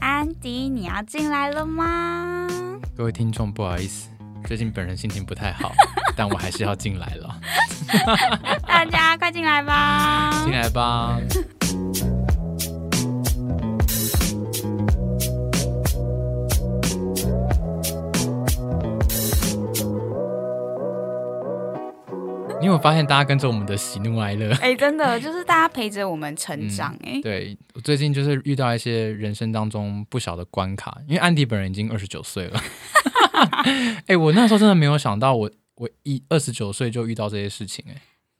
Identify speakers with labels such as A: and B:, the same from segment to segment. A: 安迪，你要进来了吗？
B: 各位听众，不好意思，最近本人心情不太好，但我还是要进来了，
A: 大家快进来吧！
B: 进来吧。你有没有发现大家跟着我们的喜怒哀乐？
A: 哎、真的就是大家陪着我们成长哎、
B: 嗯对我最近就是遇到一些人生当中不小的关卡，因为安迪本人已经二十九岁了。哎、我那时候真的没有想到我，我一二十九岁就遇到这些事情、哎，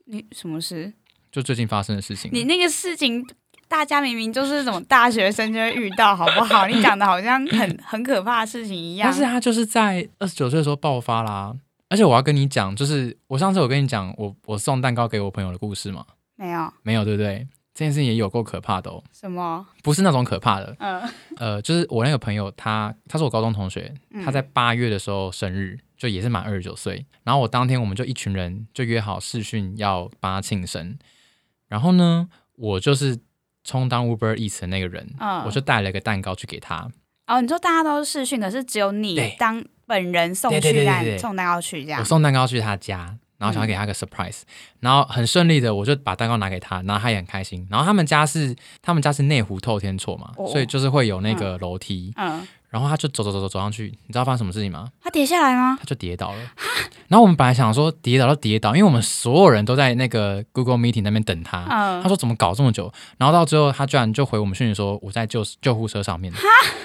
A: 你什么事？
B: 就最近发生的事情。
A: 你那个事情，大家明明就是什么大学生就会遇到，好不好？你讲的好像 很很可怕的事情一样
B: 但。是他就是在二十九岁的时候爆发啦。而且我要跟你讲，就是我上次有跟你讲我我送蛋糕给我朋友的故事嘛，
A: 没有
B: 没有对不对？这件事情也有够可怕的哦，
A: 什么，
B: 不是那种可怕的，
A: 嗯、
B: 呃，就是我那个朋友他，他是我高中同学，
A: 嗯
B: 他在八月的时候生日，就也是满二十九岁。然后我当天我们就一群人就约好视讯要帮他庆生。然后呢，我就是充当 Uber Eats 的那个人，
A: 嗯
B: 我就带了个蛋糕去给他。
A: 哦，你说大家都是试训的，是只有你
B: 对
A: 当本人送
B: 对对
A: 去
B: 对
A: 蛋
B: 对对
A: 送蛋糕去这样嗯
B: 我。送蛋糕去他家，然后想要给他个 surprise，、然后很顺利的我就把蛋糕拿给他，然后他也很开心。然后他们家是他们家是内湖透天厝嘛，
A: 哦
B: 所以就是会有那个楼梯。
A: 嗯，
B: 然后他就走走走走走上去，你知道发生什么事情吗？
A: 他跌下来吗？
B: 他就跌倒了。然后我们本来想说跌倒就跌倒，因为我们所有人都在那个 Google Meeting 那边等他。
A: 嗯
B: 啊他，说怎么搞这么久？然后到最后，他居然就回我们讯息说我在救救护车上面。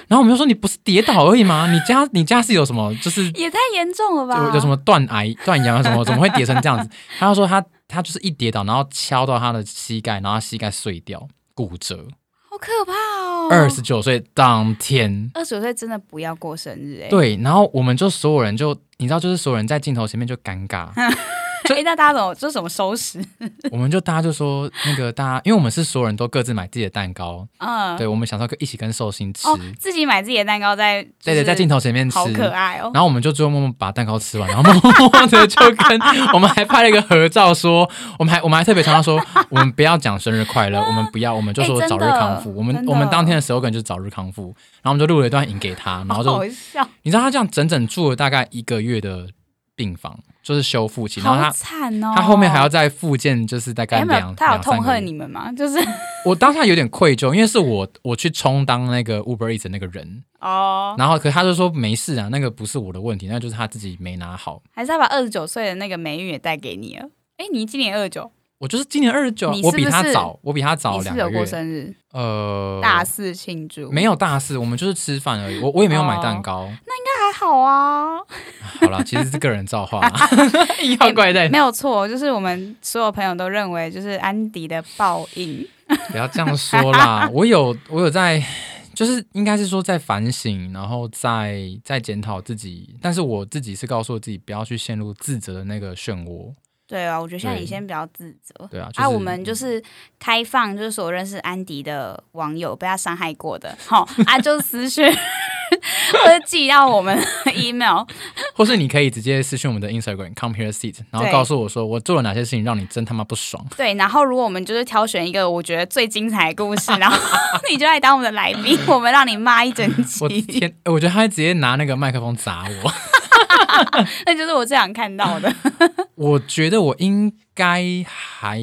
B: 然后我们就说你不是跌倒而已吗？你家你家是有什么就是
A: 也太严重了吧？
B: 有有什么断癌断崖什么？怎么会跌成这样子？他就说他他就是一跌倒，然后敲到他的膝盖，然后他膝盖碎掉骨折。
A: 好可怕哦！
B: 二十九岁当天，
A: 二十岁真的不要过生日哎、欸。
B: 对，然后我们就所有人就你知道，就是所有人在镜头前面就尴 尬。
A: 哎、那大家怎么这怎么收拾？
B: 我们就大家就说那个大家，因为我们是所有人都各自买自己的蛋糕，
A: 嗯，
B: 对，我们想说一起跟寿星吃，
A: 哦，自己买自己的蛋糕在，
B: 对对，在镜
A: 头，
B: 头前面吃
A: 好。可爱哦。
B: 然后我们就最后默默把蛋糕吃完，然后默默的就跟我们还拍了一个合照说，我们还我们还特别强调说，我们不要讲生日快乐，我们不要，我们就说
A: 哎真
B: 早
A: 的
B: 日康复。我
A: 真
B: 们
A: 的
B: 我们当天的 slogan 就是早日康复，然后我们就录了一段影给他，然后
A: 好
B: 就
A: 好笑，
B: 你知道他这样整整住了大概一个月的病房，就是修复期，然后
A: 好
B: 他
A: 惨哦。
B: 他后面还要再复健，就是大概
A: 哎没有
B: 两
A: 他有
B: 两三
A: 痛
B: 个月
A: 恨你们吗？ 就是
B: 我当下有点愧疚，因为是我我去充当那个 Uber Eats 的那个人，
A: 哦，
B: 然后可他就说没事啊，那个不是我的问题，那就是他自己没拿好。
A: 还是他把二十九岁的那个美誉也带给你了？哎、你今年二十九，
B: 我就是今年二十九啊
A: 你，是
B: 我
A: 不是
B: 比他早，我比他早
A: 你是
B: 两
A: 不是有
B: 个
A: 过
B: 月。
A: 生日？
B: 呃，
A: 大肆庆祝？
B: 没有大四，我们就是吃饭而已。我我也没有
A: 哦
B: 买蛋糕。
A: 还好啊，
B: 好啦，其实是个人造 化啦，硬要怪在
A: 没有错，就是我们所有朋友都认为就是安迪的报应。
B: 不要这样 说啦。我有我有在，就是应该是说在反省，然后再再检讨自己。但是我自己是告诉我自己不要去陷入自责的那个漩涡。
A: 对啊，我觉得现在
B: 对
A: 你先不要自责。
B: 对啊，就是、
A: 啊，我们就是开放，就是所有认识安迪的网友被他伤害过的， 好啊，就私讯或者寄到我们的 email。
B: 或是你可以直接私讯我们的 Instagram come here sit，然后
A: 对
B: 告诉我说我做了哪些事情让你真他妈不爽。
A: 对，然后如果我们就是挑选一个我觉得最精彩的故事， 然后你就来当我们的来宾，我们让你骂一整
B: 我
A: 集，
B: 天，我觉得他会直接拿那个麦克风砸我。
A: 那就是我最想看到的。
B: 我觉得我应该还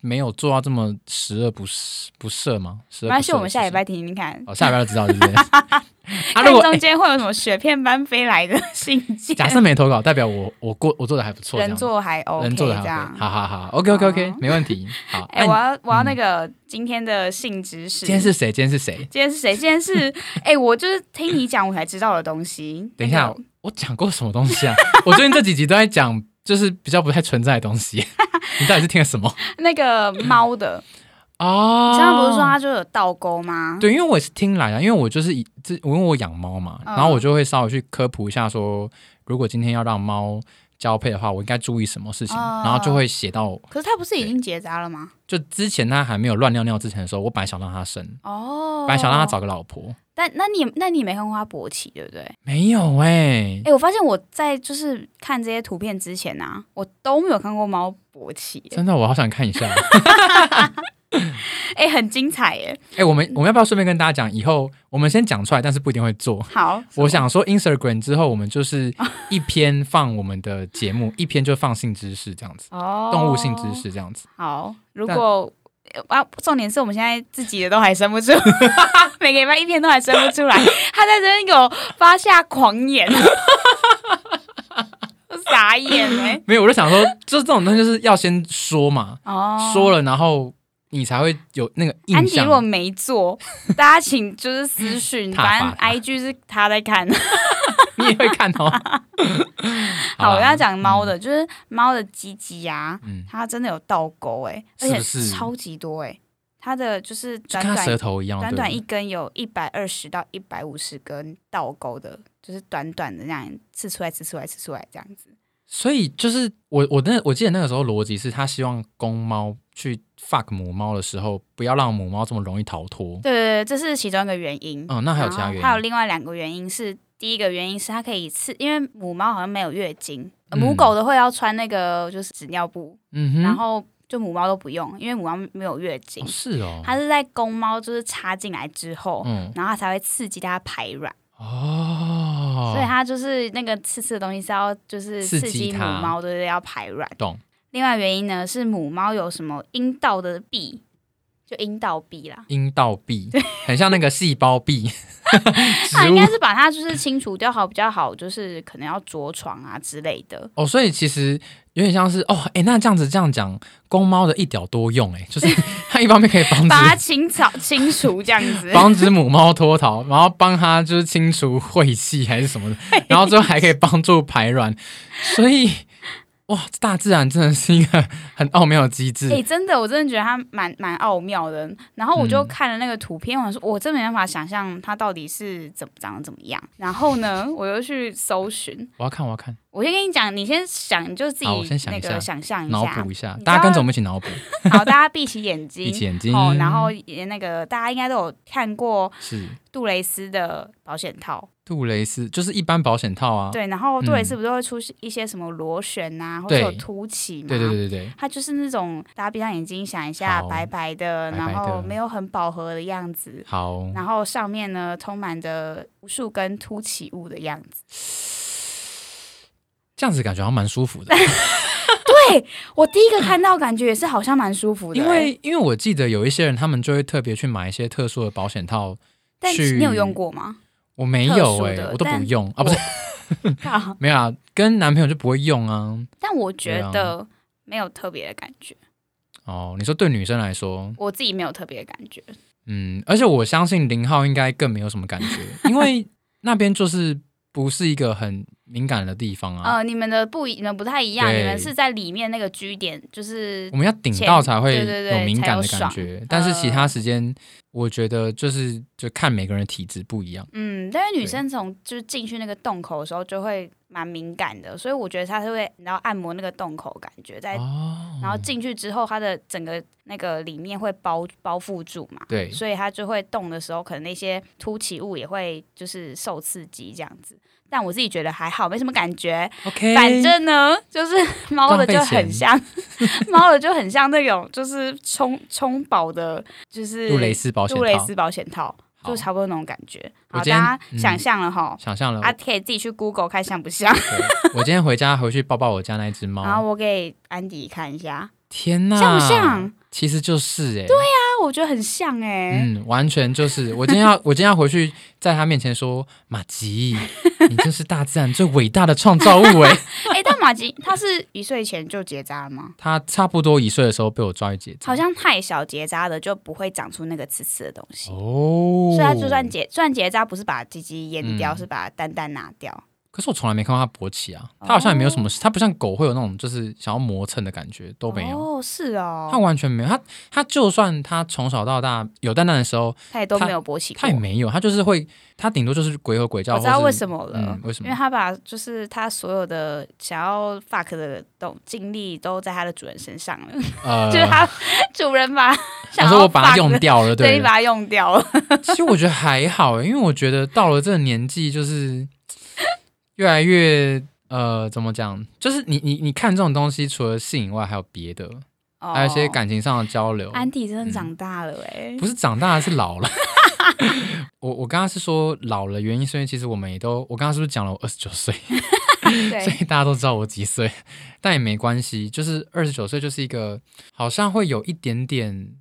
B: 没有做到这么十恶不赦不赦吗？十
A: 没
B: 恶
A: 关
B: 不赦的
A: 系，我们下礼
B: 事
A: 拜听听看
B: 情。，哦，下礼拜就知道，对 不对？啊，
A: 看
B: 如果、
A: 中
B: 哎
A: 间会有什么雪片般飞来 的信件。
B: 假设没投稿，代表我我过我做的还不错，这
A: 人
B: 样
A: 做还 OK，
B: 人做
A: 这
B: 的还
A: 样
B: OK，。好好好，OK OK OK，、
A: 哦
B: 没问题。好，
A: 哎、
B: 那你嗯
A: 我要我要那个今天的性质是，
B: 今天是谁？今天是谁？
A: 今天是谁？今天 是哎、我就是听你讲我才知道的东西。
B: 等一下
A: 那个，
B: 我讲过什么东西啊？ 我最近这几集都在讲，就是比较不太存在的东西。 你到底是听了什么
A: 那个猫的，
B: 啊？
A: 你刚刚不是说它就有倒钩吗？
B: 对，因为我也是听来的，因为我就是以这，因为我养猫嘛，
A: 嗯
B: 然后我就会稍微去科普一下说，如果今天要让猫交配的话，我应该注意什么事情，
A: 哦
B: 然后就会写到，
A: 可是它不是已经结扎了吗？
B: 就之前它还没有乱尿尿之前的时候，我本来想让它生，
A: 哦，
B: 本来想让它找个老婆，
A: 但那你那你没看过它勃起对不对？
B: 没有哎、
A: 哎、我发现我在就是看这些图片之前啊，我都没有看过猫勃起。
B: 真的，我好想看一下。
A: 哎、很精彩耶！
B: 哎、我们我们要不要顺便跟大家讲，以后我们先讲出来，但是不一定会做。
A: 好，
B: 我想说，Instagram 之后，我 们就是一篇放我们的节目，一篇就放性知识这样子，
A: 哦，
B: 动物性知。识这样子。
A: 好，如果啊，重点是我们现在自己的都还生不出， 每个礼拜一篇都还生不出来，他在这边给我发下狂言， 我傻眼哎、
B: 没有，我就想说，就这种东西就是要先说嘛，
A: 哦，
B: 说了，然后你才会有那个
A: 安
B: 印
A: 迪如果
B: 象。
A: 没做，大家请就是私讯，
B: 踏伐
A: 反正
B: 他
A: IG 是他在看。
B: 你也会看 哦。
A: 好，我
B: 啦
A: 要讲猫的，就是猫的鸡鸡啊，
B: 嗯
A: 它真的有倒钩哎、
B: 是不
A: 而
B: 是
A: 且超级多哎、它的就是
B: 就
A: 短
B: 跟他舌
A: 短
B: 头一样，
A: 短
B: 哦对
A: 短一根有一百二十到一百五十根倒钩的，就是短短的那样刺出来、刺出来、刺出来这样子。
B: 所以就是我我那我记得那个时候逻辑是他希望公猫去 fuck 母猫的时候，不要让母猫这么容易逃脱。
A: 对对对，这是其中一个原因。
B: 嗯，那还有其他
A: 然后
B: 原因？
A: 还有另外两个原因是，第一个原因是它可以刺，因为母猫好像没有月经，呃
B: 嗯
A: 母狗的会要穿那个就是纸尿布，
B: 嗯哼，
A: 然后就母猫都不用，因为母猫没有月经
B: 哦，是哦，
A: 它是在公猫就是插进来之后。
B: 嗯
A: 然后它才会刺激它排卵，
B: 哦，
A: 所以它就是那个刺刺的东西是要就是
B: 刺
A: 刺
B: 激
A: 激母
B: 它
A: 猫，对对对，要排卵。
B: 懂
A: 另外原因呢是母猫有什么阴道的壁，就阴道壁啦，
B: 阴道壁很像那个细胞壁，
A: 它
B: 植
A: 应
B: 物
A: 该是把它就是清除掉好比较好，就是可能要着床啊之类的。
B: 哦，所以其实有点像是哦，哎、那这样子这样讲，公猫的一屌多用、哎， 就是它一方面可以防
A: 把它
B: 止。
A: 清扫清除这样子
B: 防止母猫脱逃，然后帮它就是清除晦气还是什么的，然后最后还可以帮助排卵，所以哇，大自然真的是一个很奥妙的机制。
A: 哎、真的，我真的觉得它蛮蛮奥妙的。然后我就看了那个图片，我想说我真没办法想象它到底是怎么长得怎么样。然后呢，我又去搜寻。
B: 我要看，我要看，
A: 我先跟你讲，你先想，你就自己
B: 好我先想
A: 那
B: 一下
A: 个想象一
B: 脑
A: 下
B: 补。一下
A: 你，知
B: 大家跟着
A: 道
B: 我们一起脑补，
A: 好，大家闭起眼
B: 闭
A: 睛
B: 起。眼睛，
A: 哦，然后也那个大家应该都有看过
B: 是
A: 杜蕾斯的保险套，
B: 杜蕾斯，就是一般保险套啊，
A: 对，然后杜蕾斯不是会出一些什么螺旋啊，或者
B: 对
A: 有凸起嘛？
B: 对对对对对，
A: 它就是那种大家闭上眼睛想一下，
B: 好
A: 白白的，
B: 白白的
A: 然后没有很饱和的样子，
B: 好，
A: 然后上面呢充满着无数根凸起物的样子。
B: 这样子感觉好像蛮舒服的。
A: 我第一个看到，感觉也是好像蛮舒服的欸、
B: 因为因为我记得有一些人，他们就会特别去买一些特殊的保险套。
A: 但
B: 去
A: 你有用？过 吗？
B: 我没
A: 特
B: 有
A: 殊
B: 哎、
A: 的
B: 我都不
A: 但
B: 用啊，不是
A: 好
B: 没有啊，跟男朋友就不会用啊。
A: 但我觉
B: 对
A: 得没有特别的感觉，
B: 哦，你说对女生来说，
A: 我自己没有特别的感觉。
B: 嗯，而且我相信零号应该更没有什么感觉，因 为那边就是不是一个很敏感的地方啊。
A: 呃，你们的不一，你们不太一样，
B: 对
A: 你们是在里面那个居点，就是
B: 我们要顶到才会
A: 对对对
B: 有敏感的
A: 才有
B: 感
A: 爽嗯
B: 觉，但是其他时间，我觉得就是就看每个人的体质不一样。
A: 嗯，但是女
B: 对
A: 生从就是进去那个洞口的时候就会蛮敏感的，所以我觉得她是会然后按摩那个洞口，感觉在，
B: 哦，
A: 然后进去之后，它的整个那个里面会包包覆住嘛，
B: 对，
A: 所以它就会动的时候，可能那些凸起物也会就是受刺激这样子。但我自己觉得还好，没什么感觉。
B: OK，
A: 反正呢， 就是猫的就
B: 浪费
A: 很
B: 钱
A: 像， 猫的就很像那种就是充充饱的，就是
B: 杜蕾斯保险
A: 杜蕾
B: 套
A: 斯。保险套，
B: 好
A: 就差不多那种感觉。
B: 我
A: 好，
B: 今天
A: 大
B: 嗯
A: 家
B: 呃
A: 想象了哈，
B: 想象了，
A: 啊，可以自己去 Google 看像不像。
B: 对我今天回家回去抱抱我家那一只
A: 然后
B: 猫，
A: 我给安迪看一下，
B: 天呐，
A: 像不像？
B: 其实就是哎、对呀、
A: 啊，我觉得很像 哎。
B: 嗯，完全就是。我今天要，我今天要回去，在他面前说，马吉，你真是大自然最伟大的创造物 哎、
A: 哎，但马吉他是一岁前就结扎了吗？
B: 他差不多一岁的时候被我抓去结扎，
A: 好像太小结扎的就不会长出那个刺刺的东西。
B: 哦。
A: 所以它啊就算，结，虽然结扎不是把鸡鸡淹掉，
B: 嗯
A: 是把蛋蛋拿掉。
B: 可是我从来没看过它勃起啊，它好像也没有什么，它不像狗会有那种就是想要磨蹭的感觉，都没有。
A: 哦，是哦
B: 它，完全没有，它它就算它从小到大有蛋蛋的时候，
A: 它也都
B: 它
A: 没有勃起过。
B: 它也没有，它就是会，它顶多就是鬼吼鬼叫。
A: 我知道
B: 或是
A: 为什么了，
B: 嗯为什么
A: 因为他把就是他所有的想要 fuck 的动精力都在他的主人身上了，
B: 呃，
A: 就是他主人把
B: 他
A: 想
B: 说
A: 要
B: 我把
A: fuck
B: 它
A: 的
B: 用掉了，
A: 对
B: 对
A: 你把。它用掉了。
B: 其实我觉得还好，欸因为我觉得到了这个年纪，就是越来越呃，怎么讲？就是你你你看这种东西，除了性以外，还有别的。
A: 哦
B: 还有一些感情上的交流。
A: 安迪真的长大了哎、
B: 不是长大了，是老了。 我我刚刚是说老了，原因是因为其实我们也都，我刚刚是不是讲了我二十九岁，所
A: 对
B: 以大家都知道我几岁， 但也没关系，就是二十九岁就是一个好像会有一点点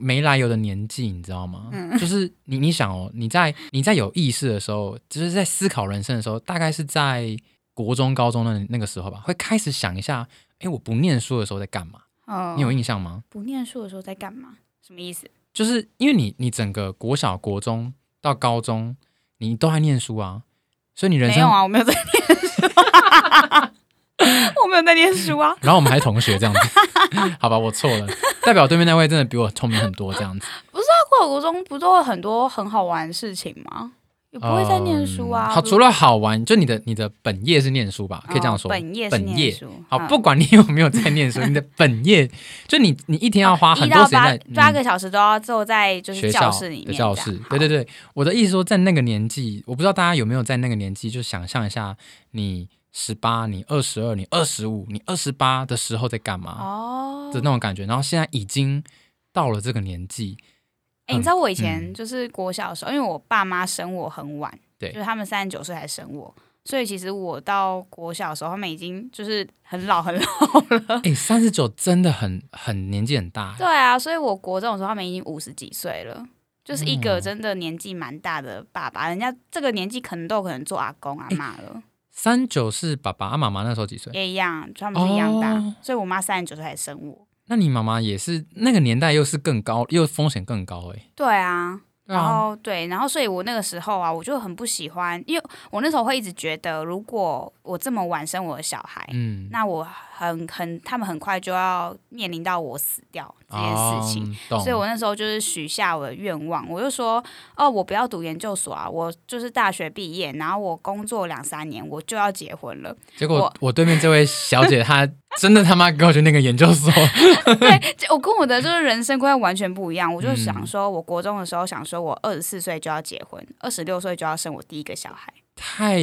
B: 没来由的年纪，你知道吗？
A: 嗯
B: 就是你你想哦，你在你在有意识的时候，就是在思考人生的时候，大概是在国中、高中的那个时候吧，会开始想一下，哎，我不念书的时候在干嘛？
A: 哦
B: 你有印象吗？
A: 不念书的时候在干嘛？什么意思？
B: 就是因为你你整个国小、国中到高中，你都在念书啊，所以你人
A: 没
B: 生
A: 有，啊，我没有在念书， 我没有在念书啊。
B: 然后我们还同学这样子， 好吧，我错了，代表对面那位真的比我聪明很多这样子，
A: 国小国中不都有很多很好玩的事情吗？也不会在念书啊。
B: 嗯好，除了好玩，就你的你的本业是念书吧，可以这样说。
A: 哦本业是
B: 本
A: 念
B: 业
A: 书。
B: 好，
A: 嗯
B: 不管你有没有在 念书，你的本业就你你一天要花很
A: 哦一
B: 多
A: 到
B: 时间
A: 八
B: 在
A: 八
B: 嗯
A: 个小时都要坐在就是
B: 学校
A: 教室里面
B: 的
A: 这样，
B: 教室，对对对，我的意思说，在那个年纪，我不知道大家有没有在那个年纪，就想象一下，你十八、你二十二、你二十五、你二十八的时候在干
A: 好
B: 嘛
A: 哦
B: 的。那种感觉，然后现在已经到了这个年纪，
A: 哎、
B: 嗯
A: 你知道我以前就是国小的时候，因为我爸妈生我很晚，
B: 对
A: 就是他们三十九岁才生我，所以其实我到国小的时候，他们已经就是很老很老 了。
B: 哎，三十九真的很很年纪很大，
A: 对啊，所以我国中的时候，他们已经五十几岁了，就是一个
B: 嗯
A: 真的年纪蛮大的爸爸，人家这个年纪可能都有可能做阿公阿妈
B: 嗯
A: 了，
B: 三九是爸爸、啊、妈妈那时候几岁？
A: 也一样，他们是一样大，
B: 哦
A: 所以我妈三十九岁才生我。
B: 那你妈妈也是那个年代，又是更高，又风险更高哎、
A: 对啊，
B: 对
A: 然
B: 啊，
A: 后对，然后所以我那个时候啊，我就很不喜欢，因为我那时候会一直觉得，如果我这么晚生我的小孩，
B: 嗯，
A: 那我很很他们很快就要面临到我死掉这件
B: 哦
A: 事情。
B: 懂
A: 所以我那时候就是许下我的愿望，我就说，哦，我不要读研究所啊，我就是大学毕业，然后我工作两三年，我就要结婚了。
B: 结果
A: 我
B: 我对面这位小姐，她真的他妈给我去那个研究所，
A: 这我跟我的就是人生规划完全不一样，我就想
B: 嗯
A: 说，我国中的时候想说，我二十四岁就要结婚，二十六岁就要生我第一个小孩。
B: 太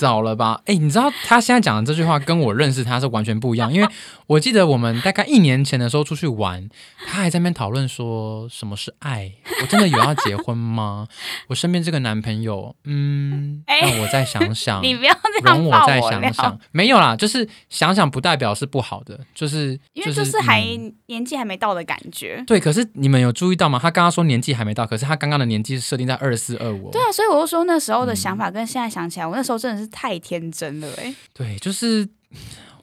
B: 早了吧？ 哎、你知道她现在讲的这句话跟我认识她是完全不一样，因为我记得我们大概一年前的时候出去玩，她还在那边讨论说什么是爱，我真的有要结 婚吗？我身边这个男朋友，嗯，
A: 哎
B: 让我再想想。
A: 你不要这样
B: 容我
A: 爆
B: 再
A: 我料
B: 想想，没有啦，就是想想不代表是不好的，就是
A: 因为就
B: 就
A: 是还、
B: 嗯
A: 年纪还没到的感觉。
B: 对。可是你们有注意到吗？他刚刚说年纪还没到，可是他刚刚的年纪是设定在二四二五。哦
A: 对啊，所以我就说那时候的
B: 嗯
A: 想法跟现在想起来，我那时候真的是太天真了哎、
B: 对，就是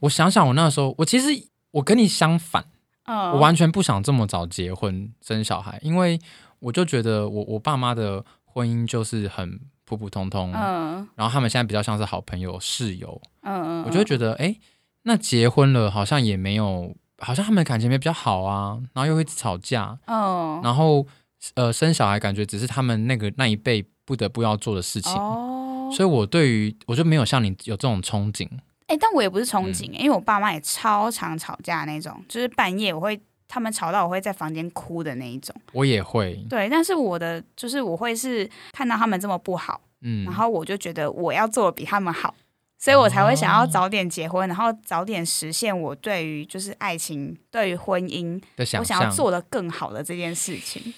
B: 我想想，我那时候我其实我跟你相反，
A: 嗯，
B: 我完全不想这么早结婚生小孩，因为我就觉得我我爸妈的婚姻就是很普普通通，
A: 嗯
B: 然后他们现在比较像是好朋友室友，
A: 嗯嗯，
B: 我就会觉得，哎、那结婚了好像也没有，好像他们感情也比较好啊，然后又会吵架，
A: 嗯
B: 然后呃生小孩感觉只是他们那个那一辈不得不要做的事情，
A: 哦，
B: 所以我对于我就没有像你有这种憧憬，
A: 哎、但我也不是
B: 嗯
A: 憧憬、因为我爸妈也超常吵架那种，就是半夜我会。他们吵到我会在房间哭的那一种，
B: 我也会，
A: 对。但是我的就是我会是看到他们这么不好，
B: 嗯，
A: 然后我就觉得我要做的比他们好，所以我才会想要
B: 哦
A: 早点结婚，然后早点实现我对于就是爱情、对于婚姻，
B: 的想
A: 我
B: 象，
A: 想要做的更好的这件事情，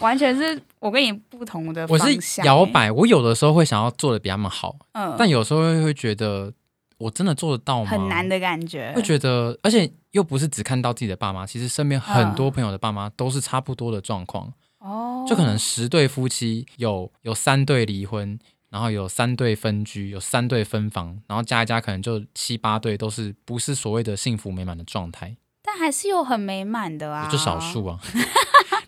A: 完全是我跟你不同的
B: 我
A: 方
B: 是
A: 向、
B: 摇
A: 欸，
B: 摆，我有的时候会想要做的比他们好，
A: 嗯，
B: 但有时候又会觉得我真的做得到吗？
A: 很难的感觉，
B: 会觉得，而且又不是只看到自己的爸妈，其实身边很多朋友的爸妈都是差不多的状况，
A: 嗯哦，
B: 就可能十对夫妻有有三对离婚，然后有三对分居，有三对分房，然后加一加可能就七八对都是不是所谓的幸福美满的状态，
A: 但还是有很美满的啊，
B: 就少，数啊。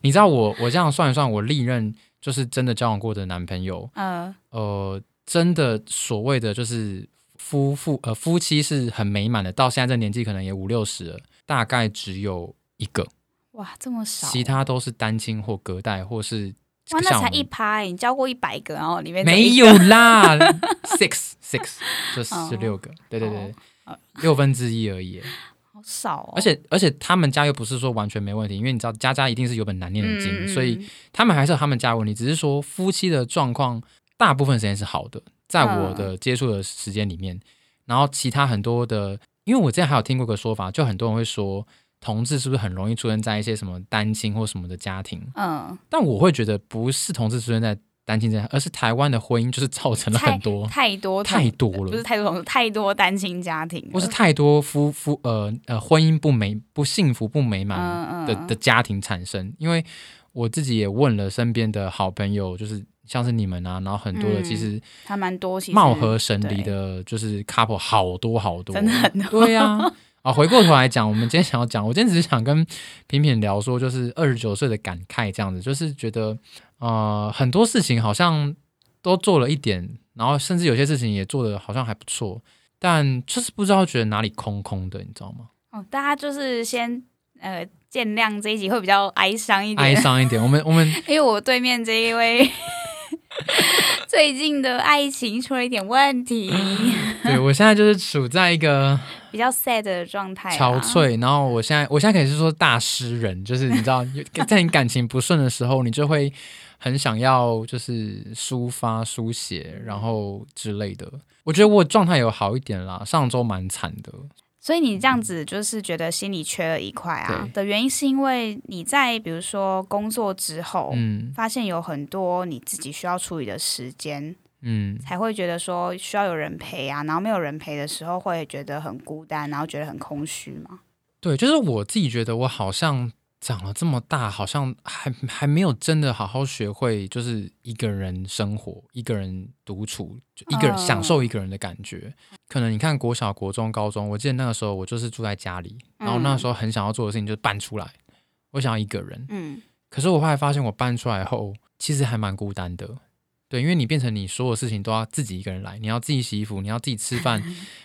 B: 你知道我我这样算一算，我历任就是真的交往过的男朋友，
A: 嗯、
B: 呃，真的所谓的就是夫妇呃夫妻是很美满的，到现在这年纪可能也五六十了，大概只有一个，
A: 哇，这么少，
B: 其他都是单亲或隔代或是
A: 哇，那
B: 像
A: 才
B: 我们
A: 一趴、欸，你教过一百个，然后里面只
B: 没
A: 一
B: 有 啦，six six 就
A: 哦
B: 十六个，对对对
A: 哦，
B: 六分之一而已。
A: 好少、哦，
B: 而且而且他们家又不是说完全没问题，因为你知道家家一定是有本难念的
A: 嗯
B: 经，所以他们还是有他们家的问题，只是说夫妻的状况大
A: 嗯
B: 部分时间是好的，在我的接触的时间里面，然后其他很多的因为我之前还有听过一个说法，就很多人会说同志是不是很容易出现在一些什么单亲或什么的家庭？
A: 嗯，
B: 但我会觉得不是同志出现在单亲家庭，而是台湾的婚姻就是造成了很多
A: 太多同
B: 太多
A: 不
B: 了
A: 是，太多同事，太多单亲家庭了，
B: 或是太多夫夫呃呃婚姻不美不幸福不美满
A: 嗯
B: 的的家庭产生，因为我自己也问了身边的好朋友，就是像是你们啊，然后很多的
A: 嗯
B: 其实
A: 还蛮多，其实
B: 貌合神离的，就是 couple 好多好多，
A: 真的很多，
B: 对呀、啊。啊，回过头来讲，我们今天想要讲，我今天只是想跟平平聊说，就是二十九岁的感慨，这样子，就是觉得呃很多事情好像都做了一点，然后甚至有些事情也做的好像还不错，但就是不知道觉得哪里空空的，你知道吗？
A: 哦，大家就是先呃见谅这一集会比较哀伤一
B: 哀
A: 点，
B: 伤一点，我们我们
A: 因为我对面这一位 最近的爱情出了一点问 题，
B: 对我现在就是处在一个
A: 比较 sad 的状态啦，
B: 憔悴，然后我现在我现在可以是说大诗人， 就是你知道，有在你感情不顺的时候，你就会很想要就是抒发、书写，然后之类的。我觉得我状态有好一点啦，上周蛮惨的，
A: 所以你这样子就是觉得心里缺了一块啊
B: 对
A: 的原因，是因为你在比如说工作之后，
B: 嗯
A: 发现有很多你自己需要处理的时间，
B: 嗯，
A: 才会觉得说需要有人陪啊，然后没有人陪的时候会觉得很孤单，然后觉得很空虚嘛。
B: 对，就是我自己觉得我好像长了这么大，好像还还没有真的好好学会，就是一个人生活，一个人独处，就一个人享
A: 嗯
B: 受一个人的感觉。可能你看国小、国中、高中，我记得那个时候我就是住在家里，然后那
A: 嗯
B: 时候很想要做的事情就是搬出来，我想要一个人。
A: 嗯，
B: 可是我后来发现，我搬出来后其实还蛮孤单的。对，因为你变成你所有事情都要自己一个人来，你要自己洗衣服，你要自己吃饭，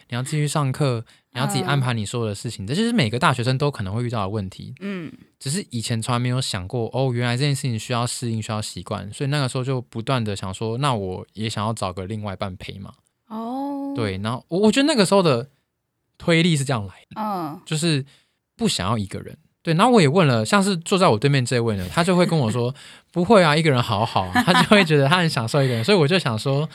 B: 你要自己去上课，你要自己安排你所有的事情，这就是每个大学生都可能会遇到的问题。
A: 嗯，
B: 只是以前从来没有想过，哦，原来这件事情需要适应，需要习惯，所以那个时候就不断的想说，那我也想要找个另外一半陪嘛。
A: 哦，，
B: 对，然后我我觉得那个时候的推力是这样来的。
A: 嗯，
B: 就是不想要一个人。对，然后我也问了，像是坐在我对面这位呢，他就会跟我说：“不会啊，一个人好好啊。”他就会觉得他很享受一个人，所以我就想说，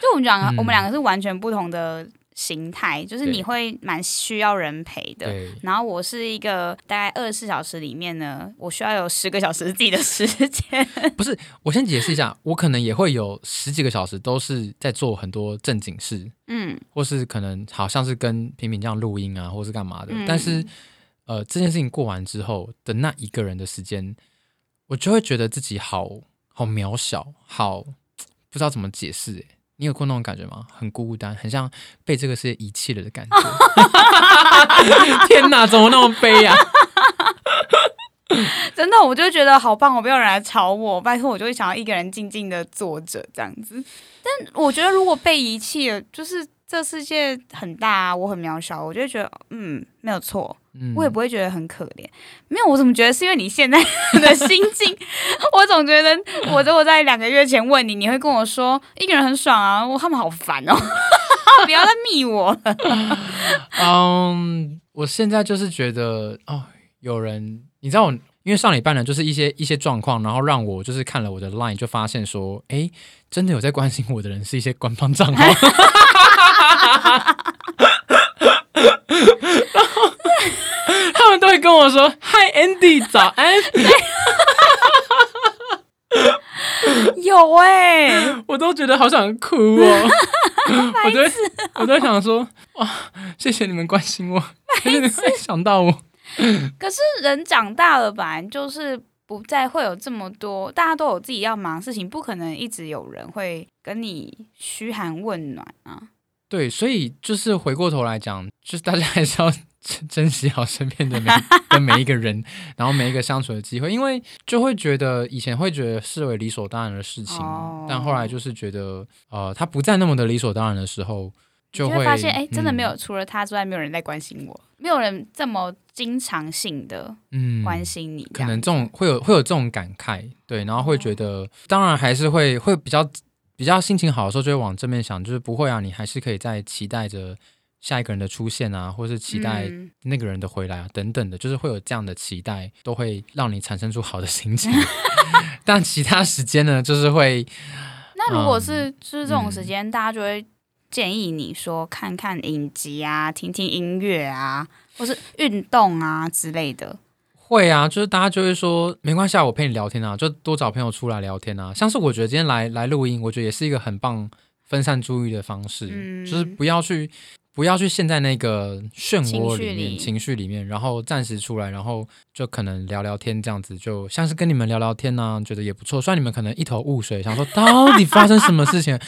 A: 就我们讲，
B: 嗯
A: 我们两个是完全不同的形态，就是
B: 对
A: 你会蛮需要人陪的。
B: 对
A: 然后我是一个大概二十四小时里面呢，我需要有十个小时自己的时间。
B: 我先解释一下，我可能也会有十几个小时都是在做很多正经事，
A: 嗯，
B: 或是可能好像是跟平平这样录音啊，或是干嘛的。
A: 嗯
B: 但是，呃，这件事情过完之后的那一个人的时间，我就会觉得自己好好渺小，好不知道怎么解释、欸。你有过那种感觉吗？很孤单，很像被这个世界遗弃了的感觉。 天哪，怎么那么悲啊？
A: 真的，我就觉得好棒，我不要有人来吵我，拜托，我就会想要一个人静静的坐着这样子。但我觉得如果被遗弃了，就是这世界很大、啊，我很渺小，我就会觉得嗯，没有错，
B: 嗯
A: 我也不会觉得很可怜。没有，我怎么觉得是因为你现在 的心境？我总觉得我如果在两个月前问你，你会跟我说一个人很爽啊，我他们好烦哦。 不要再密我了，
B: 嗯，我现在就是觉得哦，有人，你知道我，因为上礼拜呢，就是一些一些状况，然后让我就是看了我的 Line，就发现说，诶，真的有在关心我的人是一些官方账号。 然后他们都会跟我说：“Hi Andy，早安。
A: 有哎、”
B: 我都觉得好想哭哦。我都会我都会想说：“哇，谢谢你们关心我，谢 谢你们想到我。”
A: 可是人长大了吧，就是不再会有这么多，大家都有自己要忙的事情，不可能一直有人会跟你嘘寒问暖啊。
B: 对，所以就是回过头来讲，就是大家还是要 珍珍惜好身 边的每的每一个人，然后每一个相处的机会，因为就会觉得以前会觉得视为理所当然的事情，
A: 哦
B: 但后来就是觉得，呃，它不再那么的理所当然的时候，
A: 你
B: 会
A: 会发现，哎、真的没有，
B: 嗯
A: 除了他之外，没有人在关心我，没有人这么经常性的
B: 嗯
A: 关心你这
B: 可
A: 样。哦
B: 能这种会有会有这种感慨，对，然后会觉得，当然还是会会比较比较心情好的时候，就会往正面想，就是不会啊，你还是可以再期待着下一个人的出现啊，或是期待
A: 嗯
B: 那个人的回来啊，等等的，就是会有这样的期待，都会让你产生出好的心情。 但其他时间呢，就是会
A: 那如果是、就是这种时间，大家就会建议你说看看影集啊，听听音乐啊，或是运动啊之类的。
B: 会啊，就是大家就会说没关系，啊，我陪你聊天啊，就多找朋友出来聊天啊。像是我觉得今天来来录音，我觉得也是一个很棒分散注意的方式，
A: 嗯
B: 就是不要去不要去陷在那个漩涡
A: 情绪
B: 里面
A: 里
B: 情绪里面，然后暂时出来，然后就可能聊聊天这样子，就像是跟你们聊聊天呐、觉得也不错。虽然你们可能一头雾 水，想说到底发生什么事情，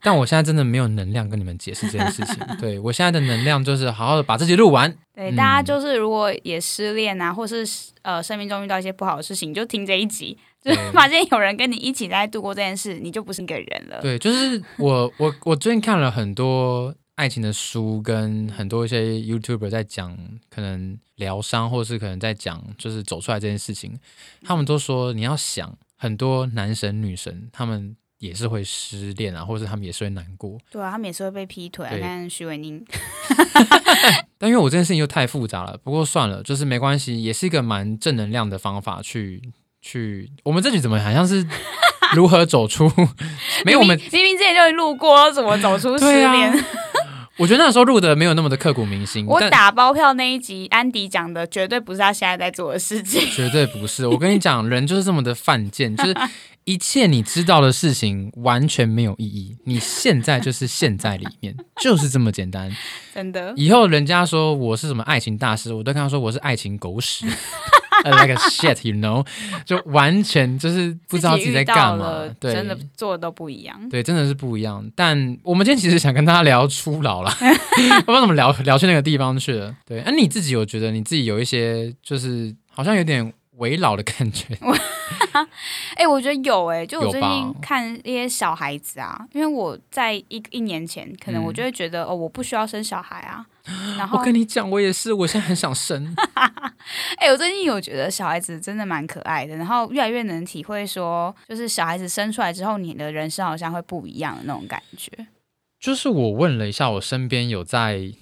B: 但我现在真的没有能量跟你们解释这件 事情。对我现在的能量就是好好的把自己录完，
A: 对，
B: 嗯
A: 大家就是如果也失恋啊，或是呃生命中遇到一些不好的事情，你就听这一集，就
B: 对
A: 是发现有人跟你一起在度过这件事，你就不是一个人了。
B: 对，就是我我我最近看了很多爱情的书，跟很多一些 YouTuber 在讲可能疗伤，或是可能在讲就是走出来这件事情，他们都说你要想很多男神女神，他们也是会失恋啊，或是他们也是会难过。
A: 对啊，他们也是会被劈腿、啊。
B: 对
A: 看徐伟宁，
B: 但因为我这件事情又太复杂了，不过算了，就是没关系，也是一个蛮正能量的方法去去。我们这局怎么好像是如何走出？ 没有我们
A: 明。明明明之前就路过，怎么走出失
B: 对
A: 恋？
B: 啊 我觉得那时候录的没有那么的刻骨铭心，
A: 我
B: 但
A: 打包票那一集，安迪讲的绝对不是他现在在做的事情。
B: 绝对不是。我跟你讲，人就是这么的犯 贱，就是一切你知道的事情完全没有意义。你现在就是现在里面， 就是这么简单。
A: 真的，
B: 以后人家说我是什么爱情大师，我都跟他说我是爱情狗屎 ，like a shit you know，就完全就是不知道自己在
A: 遇到
B: 干嘛
A: 了，
B: 对，
A: 真的做的都不一样。
B: 对，真的是不一样。但我们今天其实想跟大家聊初老啦， 我不知道怎么聊聊去那个地方去了。对，那、你自己有觉得你自己有一些就是好像有点围老的感觉？
A: 哎、我觉得有哎、就我
B: 有
A: 最
B: 吧
A: 近看一些小孩子啊，因为我在一一年前，可能
B: 嗯
A: 我就会觉得、哦，我不需要生小孩 啊。然后
B: 我，跟你讲，我也是，我现在很想生。
A: 哎、我最近有觉得小孩子真的蛮可爱的，然后越来越能体会说，就是小孩子生出来之后，你的人生好像会不一样的那种感觉。
B: 就是我问了一下我身边有在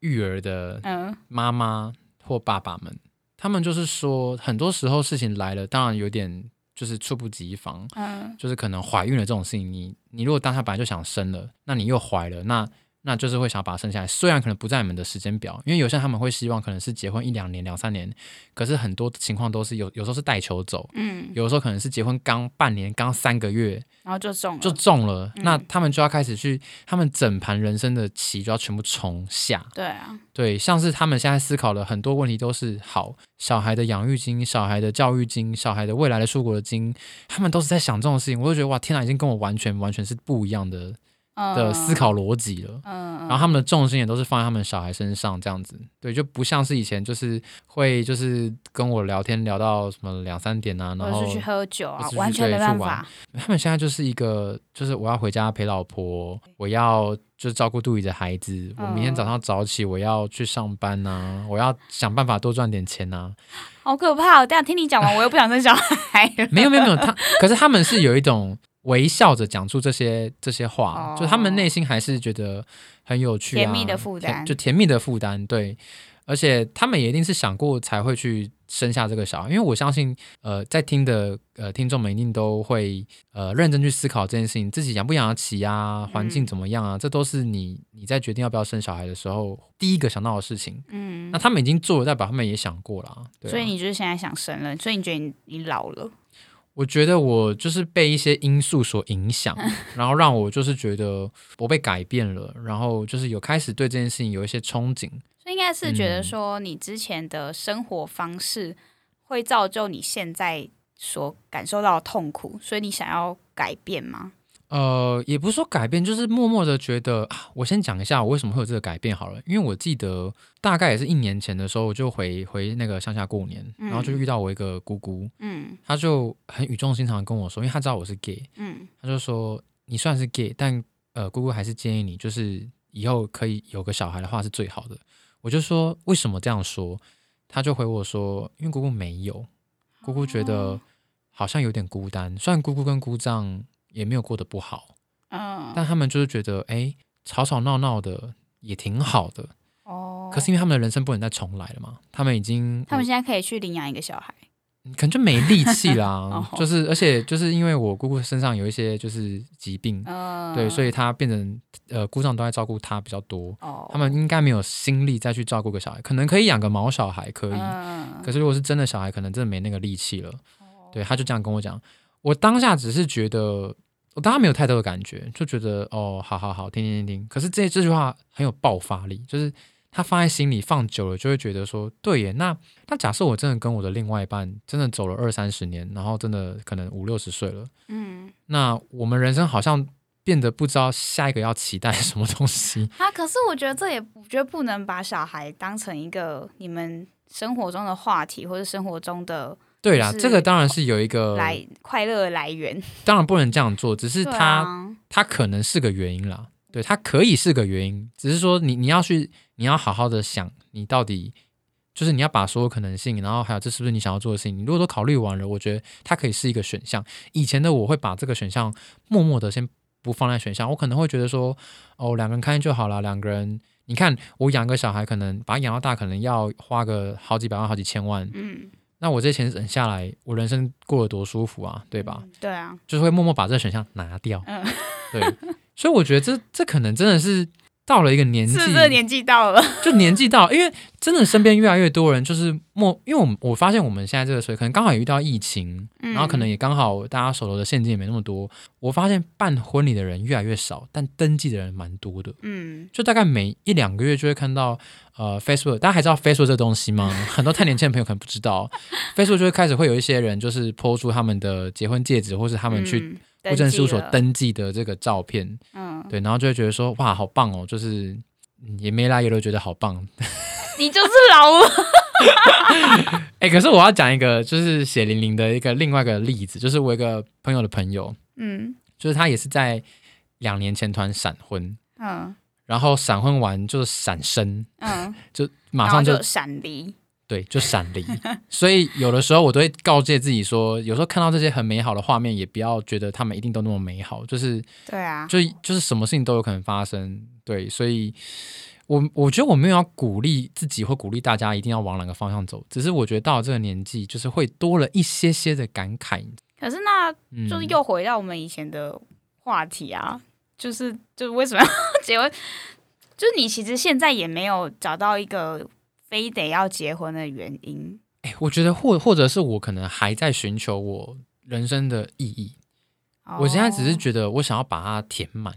B: 育儿的
A: 嗯，
B: 妈妈或爸爸们，他们就是说，很多时候事情来了，当然有点就是猝不及防，
A: 嗯，
B: 就是可能怀孕了这种事情，你你如果当下本来就想生了，那你又怀了，那那就是会想把它生下来。虽然可能不在你们的时间表，因为有些人他们会希望可能是结婚一两年、两三年，可是很多情况都是有有时候是带球走，
A: 嗯，
B: 有的时候可能是结婚刚半年、刚三个月
A: 然后就中了，
B: 就中了，那他们就要开始去他们整盘人生的棋就要全部重下。
A: 对啊，
B: 对，像是他们现在思考的很多问题都是好小孩的养育金、小孩的教育金、小孩的未来的出国的金，他们都是在想这种事情。我就觉得哇，天哪，已经跟我完全完全是不一样的
A: 嗯，
B: 的思考逻辑了。
A: 嗯，嗯，
B: 然后他们的重心也都是放在他们小孩身上，这样子，对，就不像是以前就是会就是跟我聊天聊到什么两三点啊，然
A: 或
B: 后
A: 者是去喝酒啊
B: 或者，是
A: 完全
B: 对
A: 没
B: 去
A: 办
B: 玩
A: 法。
B: 他们现在就是一个，就是我要回家陪老婆，我要就是照顾肚里的孩子，我明天早上早起我要去上班呐、我要想办法多赚点钱啊呐、
A: 好可怕、哦！等一下听你讲完，我又不想生小孩了。
B: 没有没有没有，他可是他们是有一种微笑着讲出这些这些话，
A: 哦
B: 就他们内心还是觉得很有趣、啊，
A: 甜蜜的负担
B: 甜就甜蜜的负担，对。而且他们也一定是想过才会去生下这个小孩，因为我相信，呃，在听的呃听众们一定都会呃认真去思考这件事情，自己养不养得起啊，环境
A: 嗯
B: 怎么样啊，这都是你你在决定要不要生小孩的时候第一个想到的事情。
A: 嗯
B: 那，他们已经做了，代表他们也想过了啊、对啊
A: 所以你就是现在想生了，所以你觉得你你老了，
B: 我觉得我就是被一些因素所影响， 然后让我就是觉得我被改变了，然后就是有开始对这件事情有一些憧憬。
A: 所以应该是觉
B: 嗯
A: 得说你之前的生活方式会造就你现在所感受到的痛苦，所以你想要改变吗？
B: 呃，也不是说改变，就是默默的觉得啊，我先讲一下我为什么会有这个改变好了，因为我记得大概也是一年前的时候，我就回回那个乡下过年，
A: 嗯
B: 然后就遇到我一个姑姑，
A: 嗯
B: 她就很语重心长地跟我说，因为她知道我是 gay，
A: 嗯
B: 她就说你虽然是 gay，但呃，姑姑还是建议你，就是以后可以有个小孩的话是最好的。我就说为什么这样说？她就回我说，因为姑姑没有，姑姑觉得
A: 哦
B: 好像有点孤单。虽然姑姑跟姑丈也没有过得不好，
A: 嗯
B: 但他们就是觉得，哎，吵吵闹闹的也挺好的。
A: 哦，
B: 可是因为他们的人生不能再重来了嘛，他们已经
A: 他们现在可以去领养一个小孩，
B: 可能就没力气啦
A: 哦，
B: 就是而且就是因为我姑姑身上有一些就是疾病，
A: 嗯，
B: 对，所
A: 以
B: 以她变成呃姑丈都在照顾她比较多，
A: 哦，
B: 他们应该没有心力再去照顾个小孩，可能可以养个毛小孩可以，
A: 嗯
B: 可是如果是真的小孩，可能真的没那个力气了。
A: 哦
B: 对，他就这样跟我讲，我当下只是觉得，我当下没有太多的感觉，就觉得哦，好好好，听听听听。可是这这句话很有爆发力，就是他放在心里放久了，就会觉得说，对耶，那那假设我真的跟我的另外一半真的走了二三十年，然后真的可能五六十岁了，
A: 嗯，
B: 那我们人生好像变得不知道下一个要期待什么东西。
A: 啊，可是我觉得这也我觉得不能把小孩当成一个你们生活中的话题或者生活中的
B: 对啦，
A: 就是
B: 这个当然是有一个，
A: 来、快乐的来源，
B: 当然不能这样做，只是
A: 对
B: 他。
A: 啊，
B: 它可能是个原因啦，对，它可以是个原因，只是说你你要去，你要好好的想，你到底就是你要把所有可能性，然后还有这是不是你想要做的事情，你如果都考虑完了，我觉得它可以是一个选项。以前的我会把这个选项默默的先不放在选项，我可能会觉得说，哦，两个人开心就好了，两个人。你看，我养个小孩，可能把他养到大，可能要花个好几百万、好几千万。
A: 嗯，
B: 那我这钱省下来，我人生过得多舒服啊，对吧？
A: 嗯？对啊，
B: 就是会默默把这个选项拿掉。
A: 嗯
B: 对，所以我觉得这这可能真的是到了一个年纪，
A: 是这年纪到了，
B: 就年纪到，因为真的身边越来越多人就是默，因为我们我发现我们现在这个岁，可能刚好也遇到疫情，
A: 嗯
B: 然后可能也刚好大家手头的现金也没那么多，我发现办婚礼的人越来越少，但登记的人蛮多的。
A: 嗯，
B: 就大概每一两个月就会看到，呃，Facebook，大家还知道 Facebook 这东西吗？ 很多太年轻的朋友可能不知道，Facebook 就会开始会有一些人就是抛出他们的结婚戒指，或是他
A: 他
B: 们去
A: 嗯、
B: 户政事务所
A: 登记了，
B: 登记的这个照片，
A: 嗯，
B: 对，然后就会觉得说哇，好棒哦，就是嗯也没来由都觉得好棒。
A: 你就是老 了，
B: 哎，可是我要讲一个就是血淋淋的一个另外一个例子，就是我有一个朋友的朋友，
A: 嗯
B: 就是他也是在两年前突然闪婚，
A: 嗯
B: 然后闪婚完就是闪身，
A: 嗯，
B: 就
A: 然
B: 马
A: 后
B: 上就
A: 就闪离，
B: 对就闪离。所以有的时候我都会告诫自己说，有时候看到这些很美好的画面，也不要觉得他们一定都那么美好，就是
A: 对啊，
B: 就就是什么事情都有可能发生，对，所以我我觉得我没有要鼓励自己或鼓励大家一定要往哪个方向走，只是我觉得到了这个年纪，就是会多了一些些的感慨，
A: 可是那
B: 嗯，
A: 就是又回到我们以前的话题啊，就是就是为什么要结婚？ 就是你其实现在也没有找到一个非得要结婚的原因。
B: 哎、我觉得或或者是我可能还在寻求我人生的意义，我现在只是
A: 哦
B: 觉得我想要把它填满，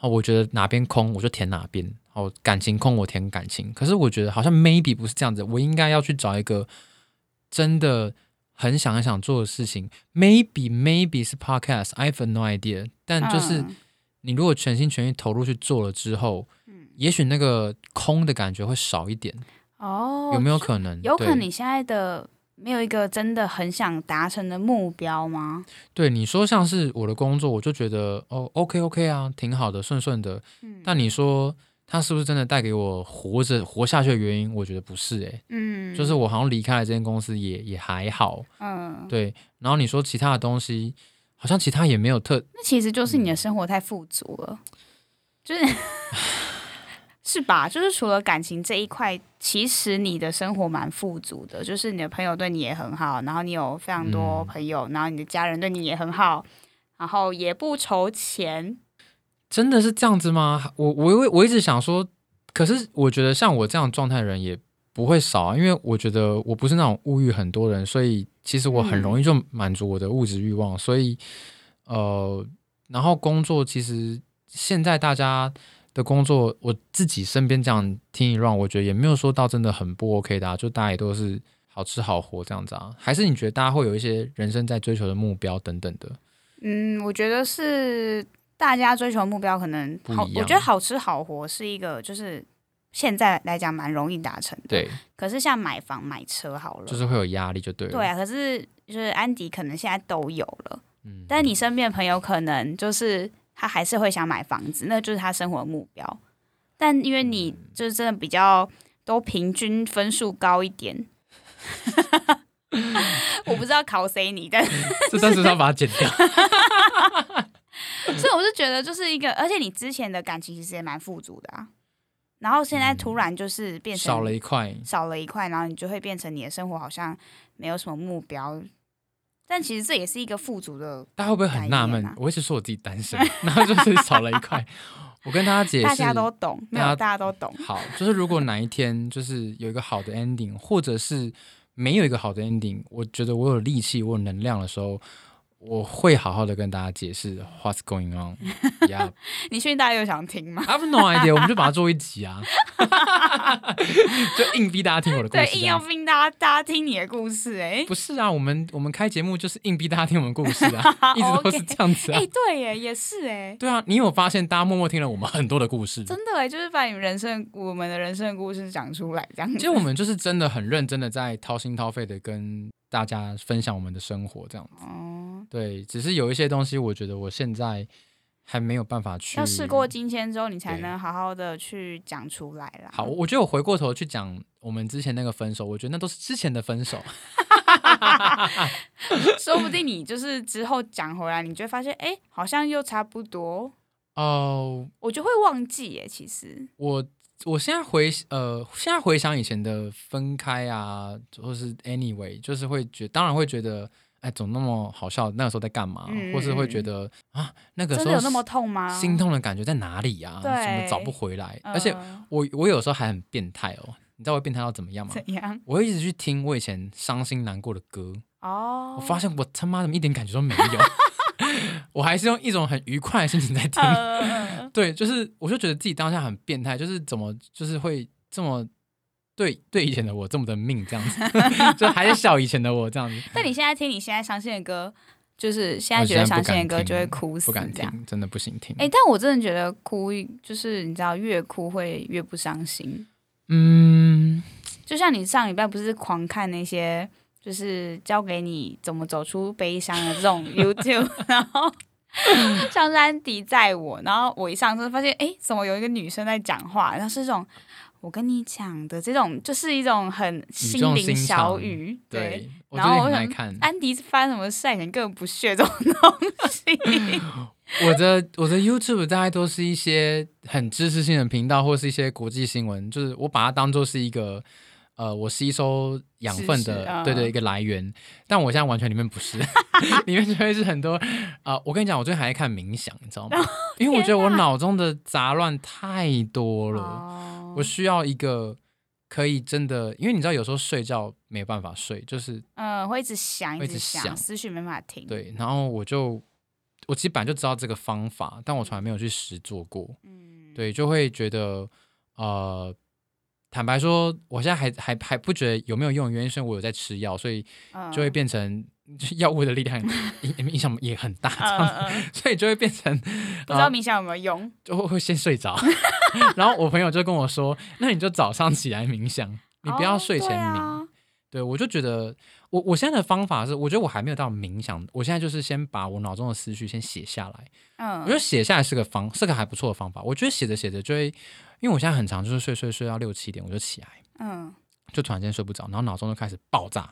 B: 哦，我觉得哪边空我就填哪边，哦，感情空我填感情。可是我觉得好像 maybe 不是这样子，我应该要去找一个真的很想很想做的事情。Maybe maybe 是 podcast，I have no idea。但就是
A: 嗯
B: 你如果全心全意投入去做了之后，
A: 嗯
B: 也许那个空的感觉会少一点，
A: 哦，
B: 有没有可能？
A: 有可能
B: 对
A: 你现在的没有一个真的很想达成的目标吗？
B: 对你说像是我的工作，我就觉得哦，OK OK 啊，挺好的，顺顺的。
A: 嗯
B: 但你说它是不是真的带给我活着活下去的原因？我觉得不是、欸，
A: 嗯，
B: 就是我好像离开了这间公司也也还好，
A: 嗯，
B: 对。然后你说其他的东西，好像其他也没有特，
A: 那其实就是
B: 嗯
A: 你的生活太富足了，就是 是吧？就是除了感情这一块，其实你的生活蛮富足的，就是你的朋友对你也很好，然后你有非常多
B: 嗯
A: 朋友，然后你的家人对你也很好，然后也不愁钱，
B: 真的是这样子吗？我我我我一直想说，可是我觉得像我这样状态的人也不会少啊，因为我觉得我不是那种物欲很多的人，所以其实我很
A: 嗯
B: 容易就满足我的物质欲望，所以呃，然后工作其实现在大家的工作，我自己身边这样听一 round，我觉得也没有说到真的很不 OK 的、啊，就大家也都是好吃好活这样子啊，还是你觉得大家会有一些人生在追求的目标等等的？
A: 嗯，我觉得是大家追求的目标可能
B: 不
A: 好
B: 一，
A: 我
B: 样
A: 觉得好吃好活是一个就是现在来讲蛮容易达成的。
B: 对，
A: 可是像买房买车好了，
B: 就是会有压力就对了。
A: 对啊，可是就是安迪可能现在都有了，
B: 嗯，
A: 但你身边的朋友可能就是他还是会想买房子，那就是他生活的目标。但因为你
B: 嗯
A: 就是真的比较都平均分数高一点， 我不知道考谁你， 但
B: 这段是不是要把它剪掉。
A: 所以我是觉得就是一个，而且你之前的感情其实也蛮富足的啊。然后现在突然就是 变成
B: 嗯少了一块，
A: 少了一块，然后你就会变成你的生活好像没有什么目标，但其实这也是一个富足的。
B: 大家会不会很纳闷
A: 改变啊？
B: 我一直说我自己单身，然后就是少了一块。我跟大家解释，
A: 大家都懂，没有
B: 大家
A: 大家都懂，
B: 好，就是如果哪一天就是有一个好的 ending，或者是没有一个好的 ending，我觉得我有力气、我有能量的时候，我会好好的跟大家解释 what's going on。Yeah,
A: 你确定大家有想听吗？
B: I have no idea，我们就把它做一集啊， 就硬逼大家听我的故
A: 对
B: 事。，
A: 硬
B: 这
A: 要
B: 样
A: 逼大家大家听你的故事、哎
B: 不是啊，我们我们开节目就是硬逼大家听我们故事 啊，一直都是这样子啊
A: 哎、。对耶，也是哎、
B: 对啊，你有发现大家默默听了我们很多的故事？
A: 真的哎、就是把你们人生我们的人生故事讲出来，这样
B: 其实我们就是真的很认真的在掏心掏肺的跟大家分享我们的生活，这样
A: 哦。
B: 对。只是有一些东西，我觉得我现在还没有办法去
A: 要事过。境迁之后，你才
B: 对
A: 能好好的去讲出来啦。
B: 好，我觉得我回过头去讲我们之前那个分手，我觉得那都是之前的分手。
A: 说不定你就是之后讲回来，你就会发现，哎、好像又差不多。
B: 哦、
A: 我就会忘记耶，其实
B: 我我现在回呃，现在回想以前的分开啊，或是 anyway，就是会觉，当然会觉得。哎，总那么好笑，那个时候在干嘛？
A: 嗯
B: 或是会觉得啊，那个
A: 真
B: 时
A: 的
B: 候
A: 有那么痛吗？
B: 心痛的感觉在哪里呀、
A: 对
B: 怎么找不回来？
A: 呃，
B: 而且我我有时候还很变态哦，你知道我变态到怎么样吗？
A: 怎样？
B: 我会一直去听我以前伤心难过的歌，
A: 哦，
B: 我发现我他妈怎么一点感觉都没有， 我还是用一种很愉快的心情在听。
A: 呃，
B: 对，就是我就觉得自己当下很变态，就是怎么就是会这么对对以前的我这么的命这 样子，就还是笑以前的我这样子。
A: 但你现在听你现在伤心的歌，就是现在
B: 我
A: 觉得
B: 现在
A: 伤
B: 不
A: 心
B: 敢
A: 的歌
B: 听
A: 就会哭死
B: 不敢
A: 这样。
B: 听，真的不行听。
A: 哎、但我真的觉得哭，就是你知道，越哭会越不伤心。
B: 嗯，
A: 就像你上礼拜不是狂看那些，就是教给你怎么走出悲伤的这种 YouTube，然 后
B: 嗯
A: 像是安迪载我，然后我一上车发现，诶，怎么有一个女生在讲话？然后是这种我跟你讲的这种，就是一种很心
B: 重
A: 灵
B: 心
A: 小
B: 长
A: 语，对。
B: 对，我
A: 然
B: 最
A: 后我
B: 近很
A: 想
B: 爱看。
A: 安迪发什么晒脸，根本不屑这种东 西。
B: 我的我的 YouTube 大概都是一些很知识性的频道，或是一些国际新闻，就是我把它当做是一个呃我吸收养分
A: 知识
B: 的，
A: 嗯
B: 对对一个来源。但我现在完全里面 不是，里面就会是很多啊、呃我跟你讲，我最近还在看冥想，你知道
A: 哦
B: 吗？因为我觉得我脑中的杂乱太多了，
A: 哦
B: 我需要一个可以真的，因为你知道有时候睡觉没办法睡，就是
A: 嗯，会一直想，一
B: 会一直
A: 直想，
B: 想
A: 思绪没办法停。，
B: 对，然后我就我其实本来就知道这个方法，但我从来没有去实做过。
A: 嗯，
B: 对，就会觉得呃，坦白说，我现在还还还不觉得有没有用，原因是因为我有在吃药，所以
A: 嗯，
B: 就会变成就是药物的力量影影响也很大，这
A: 嗯。
B: 样子，
A: 嗯嗯
B: 所以就会变成
A: 呃不知道冥想有没有用？
B: 就会会先睡着。 然后我朋友就跟我说：“那你就早上起来冥想，你不要
A: 哦
B: 睡前
A: 对
B: 冥。
A: 啊
B: 对，我就觉得我我现在的方法是，我觉得我还没有到冥想，我现在就是先把我脑中的思绪先写下来，我觉
A: 嗯，
B: 得写下来是个方，是个还不错的方法。我觉得写着写着就会，因为我现在很长，就是睡睡睡到六七点我就起来，
A: 嗯，
B: 就突然间睡不着，然后脑中就开始爆炸，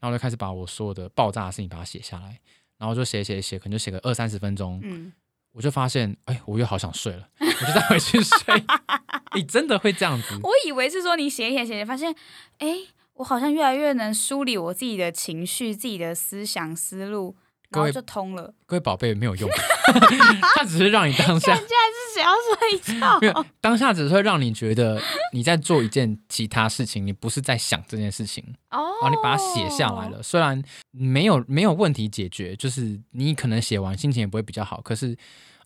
B: 然后就开始把我所有的爆炸的事情把它写下来，然后就写写写，可能就写个二三十分钟，
A: 嗯，
B: 我就发现，哎，我又好想睡了，我就再回去睡。 你真的会这样子？
A: 我以为是说你写一写写一写，发现，哎、我好像越来越能梳理我自己的情绪、自己的思想思路，然
B: 各
A: 后
B: 位
A: 就通了。
B: 各位宝贝没有用， 它只是让你当下
A: 是想要睡 觉？
B: 没有当下只是会让你觉得你在做一件其他事情，你不是在想这件事情。
A: 哦
B: 然后你把它写下来。了，虽然没有没有问题解决，就是你可能写完心情也不会比较好，可是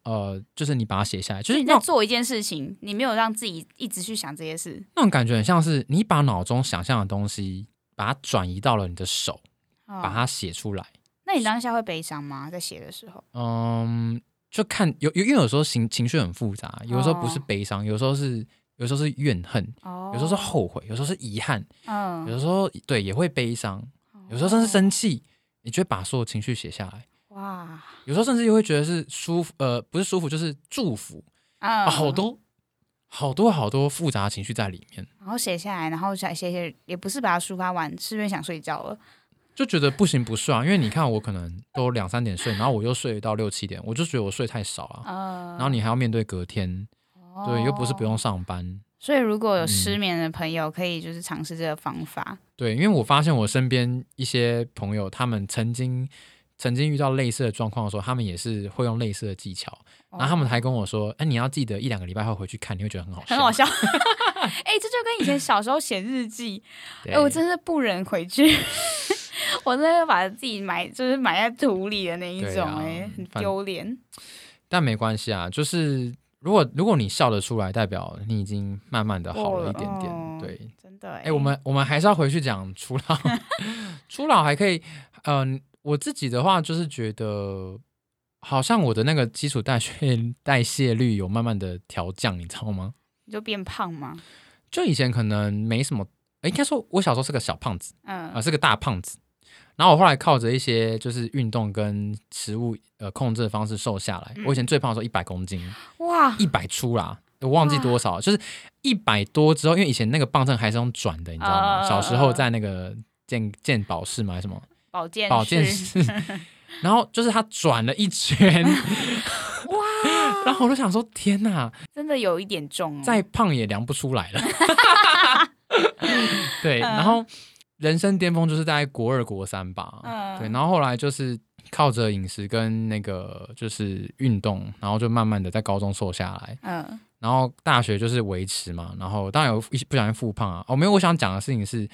B: 呃，就是你把它写下来，就
A: 就是
B: 是
A: 你在
B: 那种
A: 做一件事情，你没有让自己一直去想这些事。
B: 那种感觉很像是你把脑中想象的东西，把它转移到了你的手，把
A: 哦，
B: 它写出来。
A: 那你当下会悲伤吗？在写的时候？
B: 嗯，就看有有，因为有时候情情绪很复杂，有时候不是悲伤，有时候是有时候是怨恨，
A: 哦，
B: 有时候是后悔，有时候是遗憾，
A: 嗯，
B: 有时候对也会悲伤，有时候甚至生气，你就会把所有情绪写下来。
A: 哇，
B: 有时候哦甚至会觉得是舒服，呃，不是舒服，就是祝福
A: 嗯，
B: 啊，好，多好多好多复杂的情绪在里面，
A: 然后写下来，然后想写写，也不是把它抒发完，是因为想睡觉了。
B: 就觉得不行不算，因为你看我可能都两三点睡，然后我又睡到六七点，我就觉得我睡太少啊，
A: 嗯，哦
B: 然后你还要面对隔天，对，又不是不用上班，
A: 所以如果有
B: 嗯
A: 失眠的朋友，可以就是尝试这个方法。
B: 对，因为我发现我身边一些朋友，他们曾经曾经遇到类似的状况的时候，他们也是会用类似的技巧，然啊后他们还跟我说：“哎、你要记得一两个礼拜后回去看，你会觉得很好笑。”
A: 很好 笑。哎、这就跟以前小时候写日记，哎、
B: 对。
A: 我真是不忍回去， 我真的把自己埋，就是埋在土里的那一
B: 对
A: 种、
B: 啊
A: 哎、很
B: 反
A: 丢脸。
B: 但没关系啊，就是如果如果你笑得出来，代表你已经慢慢的好了一点点。
A: 哦
B: 对，
A: 真的、哎
B: 哎、我们我们还是要回去讲初 老，初老还可以，嗯、我自己的话就是觉得，好像我的那个基础代谢代谢率有慢慢的调降，你知道吗？
A: 你就变胖吗？
B: 就以前可能没什么，哎应该说我小时候是个小胖子
A: 嗯
B: 啊、呃是个大胖子。然后我后来靠着一些就是运动跟食物呃控制的方式瘦下来。我以前最胖的时候一百公斤，
A: 哇，
B: 一百出啦，我忘记多少了，就是一百多之后，因为以前那个磅秤还是用转的，你知道吗？
A: 啊
B: 小时候在那个健健保室嘛，还是什么
A: 保健
B: 保健
A: 室
B: 室， 然后就是他转了一圈，
A: 哇，
B: 然后我就想说，天哪，
A: 真的有一点重、哦。
B: 再胖也量不出来 了。
A: 嗯
B: 对，然后人生巅峰就是大概国二国三吧，
A: 嗯
B: 对，然后后来就是。靠着饮食跟那个就是运动，然后就慢慢的在高中瘦下来，
A: 嗯
B: 然后大学就是维持嘛，然后当然有一些不小心复胖啊。哦，没有，我想讲的事情是，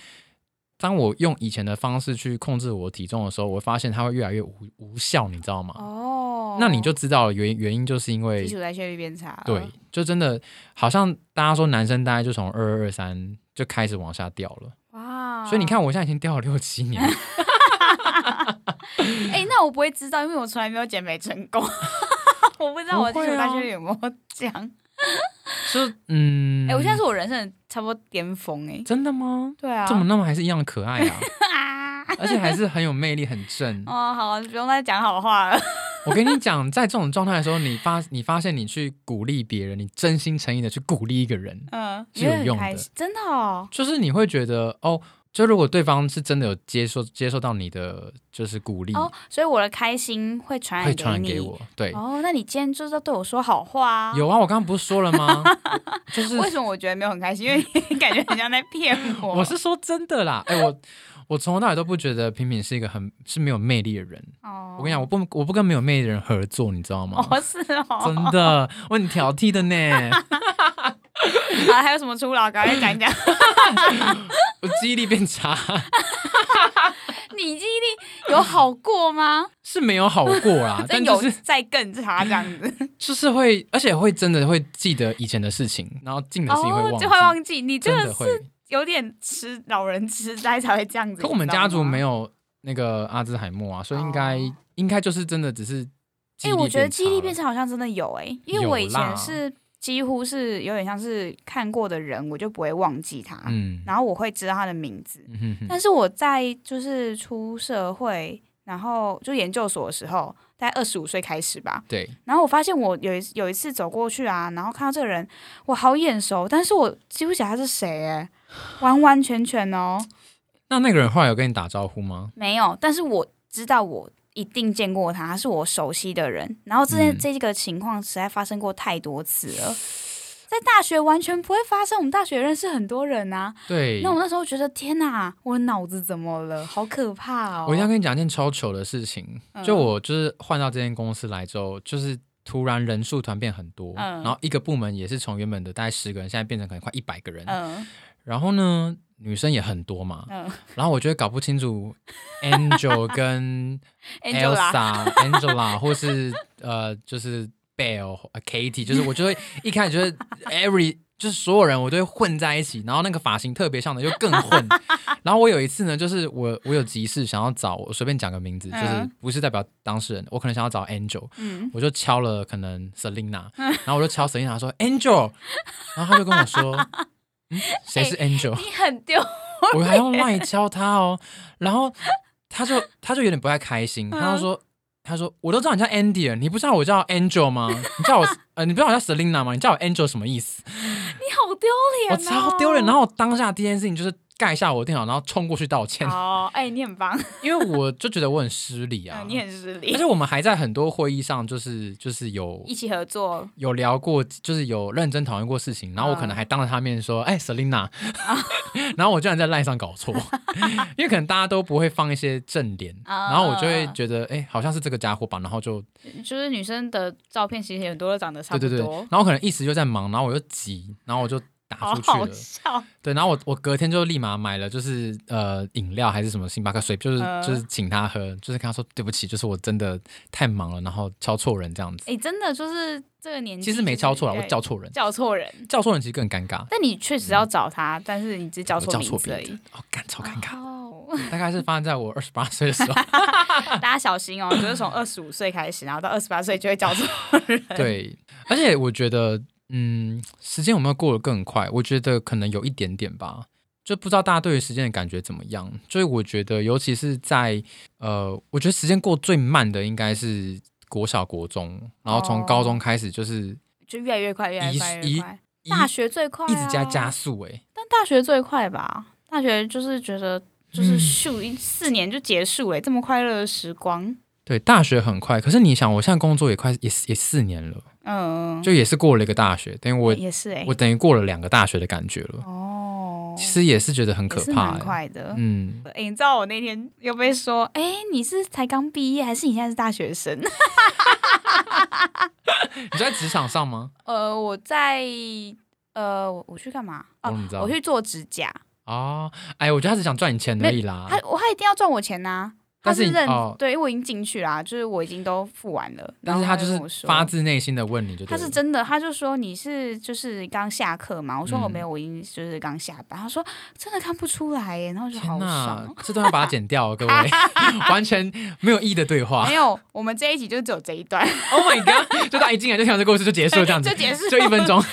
B: 当我用以前的方式去控制我体重的时候，我发现它会越来越无无效，你知道吗？
A: 哦，
B: 那你就知道原原因就是因
A: 基
B: 为
A: 础代谢率变差了。
B: 对，就真的好像大家说男生大概就从二二二三就开始往下掉了，
A: 哇，
B: 所以你看我现在已经掉了六七年，
A: 哎、那我不会知道，因为我从来没有减肥成功， 我不知道我基
B: 不会啊
A: 础代谢率有没有降。哎、
B: 就嗯，
A: 我现在是我人生的差不多巅峰哎、
B: 真的吗？
A: 对啊，
B: 怎么那么还是一样的可爱啊？
A: 啊？
B: 而且还是很有魅力，很正。
A: 哦，好，不用再讲好话了。
B: 我跟你讲，在这种状态的时候，你发你发现你去鼓励别人，你真心诚意的去鼓励一个人，
A: 嗯，
B: 是有
A: 你会很
B: 用的
A: 开心真的哦。
B: 就是你会觉得哦，就如果对方是真的有接受接受到你的就是鼓励，
A: 哦，所以我的开心会传染
B: 嗯会传染
A: 给
B: 给
A: 你。
B: 我。对，
A: 哦，那你今天就是要对我说好话啊？
B: 有啊，我刚刚不是说了吗？就是
A: 为什么我觉得没有很开心？因为 你感觉很像在骗我。
B: 我是说真的啦，哎、我我从头到尾都不觉得平平是一个很是没有魅力的人。
A: 哦，
B: 我跟你讲，我不我不跟没有魅力的人合作，你知道吗？
A: 哦是哦，
B: 真的，我很挑剔的呢，
A: 啊，还有什么初老？赶快讲一讲。
B: 我记忆力变差。
A: 你记忆力有好过吗？，
B: 是没有好过啦啊但
A: 真
B: 就
A: 有
B: 是
A: 再更差这样 子，
B: 就是会，而且会真的会记得以前的事情，然后近的事情会忘记，
A: 哦就会忘记。你这
B: 真
A: 个
B: 的会。
A: 有点痴老人痴呆才会这样子。
B: 可我们家族没
A: 有，
B: 有那个阿兹海默啊，所以应该、
A: 哦
B: 应该就是真的只是记忆
A: 哎、
B: 力
A: 我觉得记忆力变
B: 变差
A: 差好像真的有哎、因为
B: 有
A: 我以前
B: 啦
A: 是几乎是有点像是看过的人，我就不会忘记他，
B: 了，嗯，
A: 然后我会知道他的名字。
B: 嗯哼哼
A: 但是我在就是出社会，然后就研究所的时候，大概二十五岁开始吧，
B: 对，
A: 然后我发现我有一有一次走过去啊，然后看到这个人，我好眼熟，但是我记不起来他是谁哎、完完全全哦，
B: 那那个人后来有跟你打招呼吗？
A: 没有，但是我知道我一定见过他，他是我熟悉的人。然后这件、
B: 嗯
A: 这个情况实在发生过太多次了，在大学完全不会发生，我们大学认识很多人啊。
B: 对，
A: 那我那时候觉得天哪，我的脑子怎么了？好可怕哦！
B: 我一定要跟你讲一件超糗的事情，
A: 嗯
B: 就我就是换到这间公司来之后，就是突然人数突然变很多，
A: 嗯
B: 然后一个部门也是从原本的大概十个人，现在变成可能快一百个人，
A: 嗯
B: 然后呢，女生也很多嘛，
A: 嗯
B: 然后我就会搞不清楚 Angel 跟
A: ，Angela，
B: Elsa、Angela 或是呃，就是 Bell、呃 Katie，就是我就会一开始就是 every 就是所有人我都会混在一起，然后那个发型特别像的就更 混。然后我有一次呢，就是我我有急事想要找我随便讲个名字，就是
A: 嗯
B: 不是代表当事人，我可能想要找 Angel，
A: 嗯，
B: 我就敲了可能 Selina，然后我就敲 Selina 说 Angel，然后他就跟我说。嗯 谁
A: 哎
B: 是 Angel？、
A: 你很丢，
B: 我还用赖敲他哦，然后他就他就有点不太开心，
A: 嗯
B: 他就说。他说：“我都知道你叫 Andy 了，你不知道我叫 Angel 吗？你 叫我呃，你不知道我叫 Selina 吗？你叫我 Angel 什么意思？
A: 你好丢脸、
B: 我
A: 哦，
B: 超丢脸。然后我当下第一件事情就是盖下我的电脑，然后冲过去道歉，
A: 哦，哎，你很棒，
B: 因为我就觉得我很失礼啊
A: 嗯，。你很失
B: 而
A: 礼，
B: 且我们还在很多会议上，就是就是有
A: 一起合作，
B: 有聊过，就是有认真讨论过事情，然后我可
A: 嗯
B: 能还当着他面说：“哎、s e l i
A: 啊
B: n a 然后我居然在赖上搞错，因为可能大家都不会放一些正脸，
A: 啊
B: 然后我就会觉得，哎、好像是这个家伙吧，然后就
A: 就是女生的照片其实很多都长得差
B: 对
A: 不
B: 对对，
A: 多
B: 然，后可能一时就在忙，然后我就急，然后我就打
A: 好
B: 出去
A: 好
B: 了，
A: 笑，
B: 对，然后我我隔天就立马买了，就是呃饮料还是什么星巴克水，就是、
A: 嗯
B: 就是请他喝，就是跟他说对不起，就是我真的太忙了，然后敲错人这样子，
A: 哎，真的就是这个年纪，
B: 其实没敲错了，
A: 就是
B: 我叫错人，
A: 哎叫错人，
B: 叫错人其实更尴尬。
A: 但你确实要找他，但是你只叫
B: 我
A: 错
B: 叫
A: 名
B: 错
A: 字
B: 别
A: 而
B: 人
A: 已。，
B: 哦，干超尴尬。
A: 哦，
B: 大概是发生在我二十八岁的时候，
A: 大家小心哦，就是从二十五岁开始，然后到二十八岁就会叫错。
B: 对，而且我觉得，嗯，时间有没有过得更快？我觉得可能有一点点吧，就不知道大家对于时间的感觉怎么样。所以我觉得，尤其是在呃，我觉得时间过最慢的应该是国小、国中，然后从
A: 哦
B: 高中开始就是
A: 就越来越快，越来越快，
B: 一
A: 越快。
B: 一
A: 大学最快、啊，
B: 一直在加速、欸，哎，
A: 但大学最快吧？大学就是觉得
B: 嗯
A: 就是咻，一四年就结束了，这么快乐的时光，
B: 对，大学很快，可是你想，我现在工作也快也也四年了，
A: 嗯，
B: 就也是过了一个大学，等于我
A: 也是哎、
B: 我等于过了两个大学的感觉了，
A: 哦，
B: 其实也是觉得很
A: 也
B: 可
A: 是
B: 怕、
A: 蛮
B: 欸，
A: 快的。
B: 嗯。
A: 哎、你知道我那天又被说，哎、你是才刚毕业，还是你现在是大学生？
B: 你在职场上吗？
A: 呃，我在呃，我我去干嘛？
B: 我
A: 哦、
B: 怎么知道
A: 我去做指甲，
B: 啊，哎，我觉得他只想赚你钱而已啦。
A: 他我他一定要赚我钱呐、他
B: 啊但是你
A: 认、
B: 哦
A: 对，因为我已经进去啦、就是我已经都付完了。
B: 但是
A: 然后
B: 他就
A: 跟我
B: 是
A: 说
B: 发自内心的问你就对
A: 他
B: 了，
A: 是真的，他就说你是就是刚下课嘛？我说哦
B: 嗯
A: 我没有，我已经就是刚下班。他说真的看不出来耶，然后我就
B: 天
A: 好
B: 哪
A: 爽。，啊
B: 这段要把它剪掉哦，各位，完全没有意义的对话
A: 没。有，我们这一集就只有这一段，
B: Oh my god！就大家一进来就听到这故事就结束了，这样子
A: 就结束
B: 就一分钟。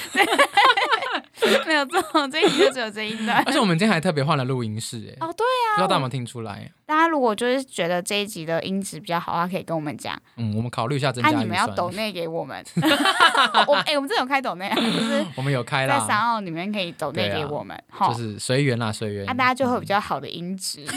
A: 没有错，这一集就只有这一段。
B: 而且我们今天还特别换了录音室，哎，
A: 哦，对，
B: 不知道大家有没有听出来？
A: 大家如果就是觉得这一集的音质比较好的话，可以跟我们讲，
B: 嗯，我们考虑一下增
A: 啊，
B: 加
A: 你
B: 预
A: 们要
B: 算。
A: 抖内给我们。 我哎、我们这有开抖内啊，就是
B: 我们有开
A: 在三
B: 啦，
A: 奥里面可以抖内
B: 对啊
A: 给我们，哈、
B: 就是嗯随缘啦，随缘。
A: 啊，大家就会有比较好的音质。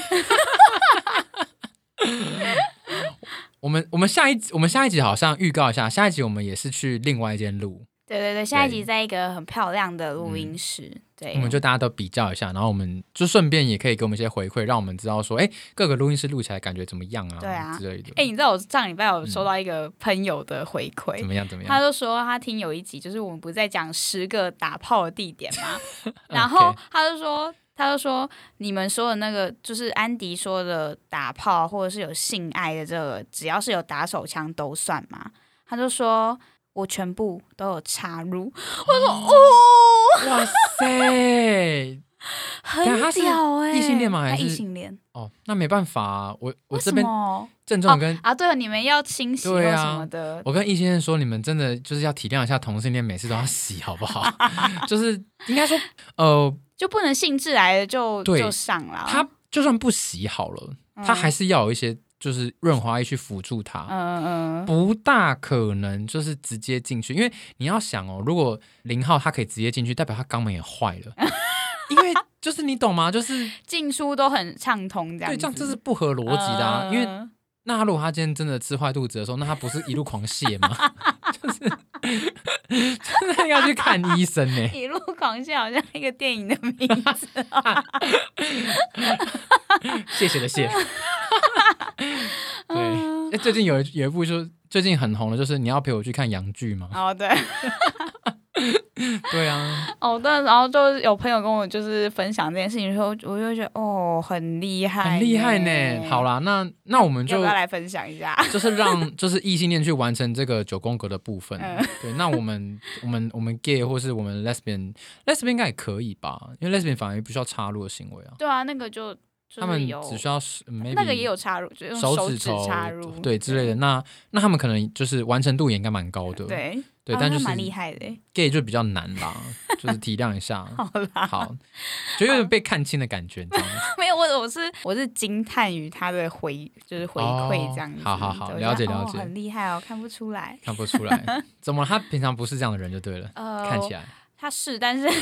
B: 我们我们下一集我们下一集好像预告一下，下一集我们也是去另外一间录，
A: 对对对，下一集在一个很漂亮的录音室，对，
B: 嗯我们就大家都比较一下，然后我们就顺便也可以给我们一些回馈，让我们知道说，哎，各个录音室录起来感觉怎么样啊？
A: 对啊
B: 之类的。
A: 哎、你知道我上礼拜有收到一个朋友的回馈
B: 嗯怎，么样？怎么
A: 他
B: 样？
A: 就说他听有一集，就是我们不是在讲十个打炮的地点吗？然后他就说。他就说：“你们说的那个，就是安迪说的打炮，或者是有性爱的这个，只要是有打手枪都算吗？”他就说：“我全部都有插入。”我说：“哦，
B: 哇塞！
A: 很
B: 等下他是
A: 屌哎、欸！”
B: 异性恋吗还
A: 他
B: 是
A: 异性恋？
B: 哦，那没办法、啊，我我
A: 为
B: 这
A: 什
B: 边
A: 么
B: 郑重地跟、
A: 啊？对了，你们要清洗或
B: 对啊
A: 什么的，
B: 我跟易先生说，你们真的就是要体谅一下同性恋，每次都要洗好不好？ 就是应该说，呃，
A: 就不能兴致来了就
B: 对
A: 就上了。
B: 他就算不洗好了，
A: 嗯
B: 他还是要有一些就是润滑液去辅助他。
A: 嗯嗯嗯，
B: 不大可能就是直接进去，因为你要想哦，如果零号他可以直接进去，代表他肛门也坏 了，因为就是你懂吗？就是
A: 进出都很畅通这样
B: 对，
A: 子。
B: 这样这是不合逻辑的、啊，因为
A: 嗯
B: 那他如果他今天真的吃坏肚子的时候，那他不是一路狂 泻吗？就是真的要去看医生 呢、
A: 嗯一路狂笑，好像一个电影的名字。
B: 谢谢的谢。
A: 嗯
B: 对，诶最近有一有一部就是最近很红的，就是你要陪我去看洋剧吗？
A: 哦，对，
B: 对啊，
A: 哦，但然后就有朋友跟我就是分享这件事情的时候，我就觉得哦，很厉害，
B: 很厉害呢。好
A: 了，
B: 啦，那那我们
A: 要
B: 就
A: 不要来分享一下？
B: 就是让 就是异性恋去完成这个九宫格的部分。
A: 嗯
B: 对，那我们 我们我们 gay 或是我们 lesbian lesbian 应该也可以吧？因为 lesbian 反而不需要插入的行为啊，
A: 对啊，那个就就是
B: 他们
A: 有
B: 只需要是嗯 maybe
A: 那个也有插入，就用
B: 手指
A: 指
B: 头
A: 插入，
B: 对之类的。那那他们可能就是完成度也应该蛮高的，
A: 对
B: 对
A: 哦
B: 但就
A: 那
B: 是
A: 蛮厉害的耶。
B: gay 就比较难啦，就是体谅一下。
A: 好啦，
B: 好，就有点被看清的感觉，你 知道吗？
A: 没有，我我是我是惊叹于他的回就是回馈这样子，
B: 哦好好好
A: 对我
B: 了解
A: 觉得
B: 了
A: 哦
B: 解
A: 很厉害哦，看不出来。
B: 看不出来，怎么了？他平常不是这样的人就对了，
A: 呃，
B: 看起来
A: 他是，但是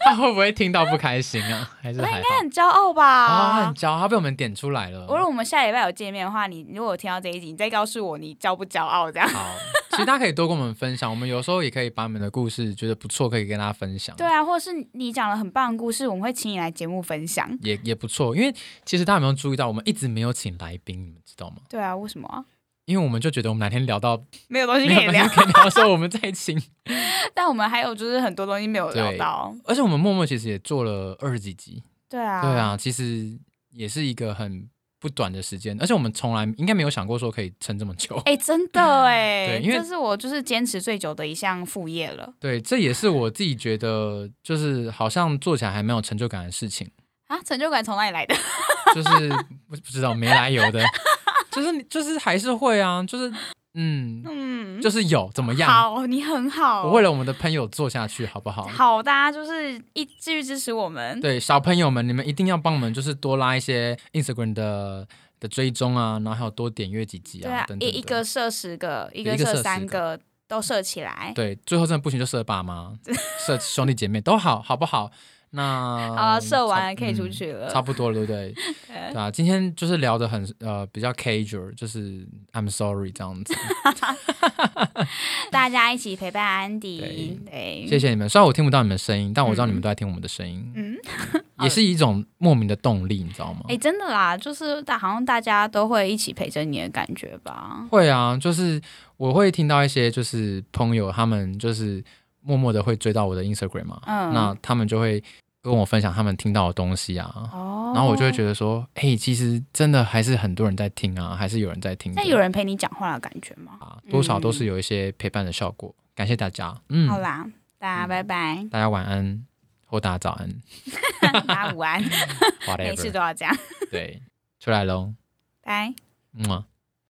B: 他会不会听到不开心啊？还是
A: 他
B: 还
A: 应
B: 好
A: 该？很骄傲吧？
B: 啊，他很骄傲，他被我们点出来了。
A: 如果我们下礼拜有见面的话，你如果有听到这一集，你再告诉我你骄不骄傲这样。
B: 好，其实大家可以多跟我们分享，我们有时候也可以把你们的故事觉得不错，可以跟大家分享。
A: 对啊，或者是你讲了很棒的故事，我们会请你来节目分享。
B: 也也不错，因为其实大家有没有注意到，我们一直没有请来宾，你们知道吗？
A: 对啊，为什么啊、
B: 因为我们就觉得我们哪天聊到
A: 没有东西
B: 没
A: 可以
B: 有
A: 聊
B: 人？可以聊的时候，我们再请。
A: 但我们还有就是很多东西没有聊
B: 对
A: 到。
B: 而且我们默默其实也做了二十几集，
A: 对啊，
B: 对，啊，其实也是一个很不短的时间，而且我们从来应该没有想过说可以撑这么久。
A: 哎、真的哎、
B: 对因为
A: 这是我就是坚持最久的一项副业了
B: 对，这也是我自己觉得，就是好像做起来还蛮有成就感的事情，
A: 啊！成就感从哪里来 的？
B: 就是不不知道没来由的，就是就是还是会啊，就是嗯，
A: 嗯，
B: 就是有怎么样，
A: 好，你很好。
B: 我为了我们的朋友做下去，好不好？
A: 好，大家就是一继续支持我们。
B: 对，小朋友们，你们一定要帮我们，就是多拉一些 Instagram 的的追踪啊，然后还有多点阅几集
A: 对
B: 啊，
A: 啊，
B: 等
A: 一
B: 等
A: 一
B: 的
A: 个设十个，一个
B: 一个设
A: 设
B: 10
A: 三
B: 个
A: 个，都设起来。
B: 对，最后真的不行就射爸妈、射兄弟姐妹都好，好不好？那
A: 好啊射完
B: 嗯差
A: 了可以出
B: 嗯
A: 去了
B: 差不多了，对不 对？
A: 对
B: 对啊，今天就是聊的很呃比较 casual，就是 I'm sorry 这样子。
A: 大家一起陪伴安迪。对，
B: 谢谢你们，虽然我听不到你们声音，但我知道你
A: 嗯
B: 们都在听我们的声音，
A: 嗯，
B: 也是一种莫名的动力，你知道吗
A: 哎、？真的啦，就是大好像大家都会一起陪着你的感觉吧。
B: 会啊，就是我会听到一些就是朋友他们就是默默的会追到我的 Instagram 嘛，
A: 嗯
B: 那他们就会跟我分享他们听到的东西啊，
A: 哦，
B: 然后我就会觉得说，嘿，其实真的还是很多人在听啊，还是有人在听的
A: 那有人陪你讲话的感觉吗？
B: 啊，多少都是
A: 嗯
B: 有一些陪伴的效果。感谢大家，嗯，
A: 好啦，大家拜 拜，
B: 大家晚安或大 家早安
A: 大家午安，每次
B: ，whatever，
A: 都要这样，
B: 对，出来喽，
A: 拜。
B: 嗯、啊。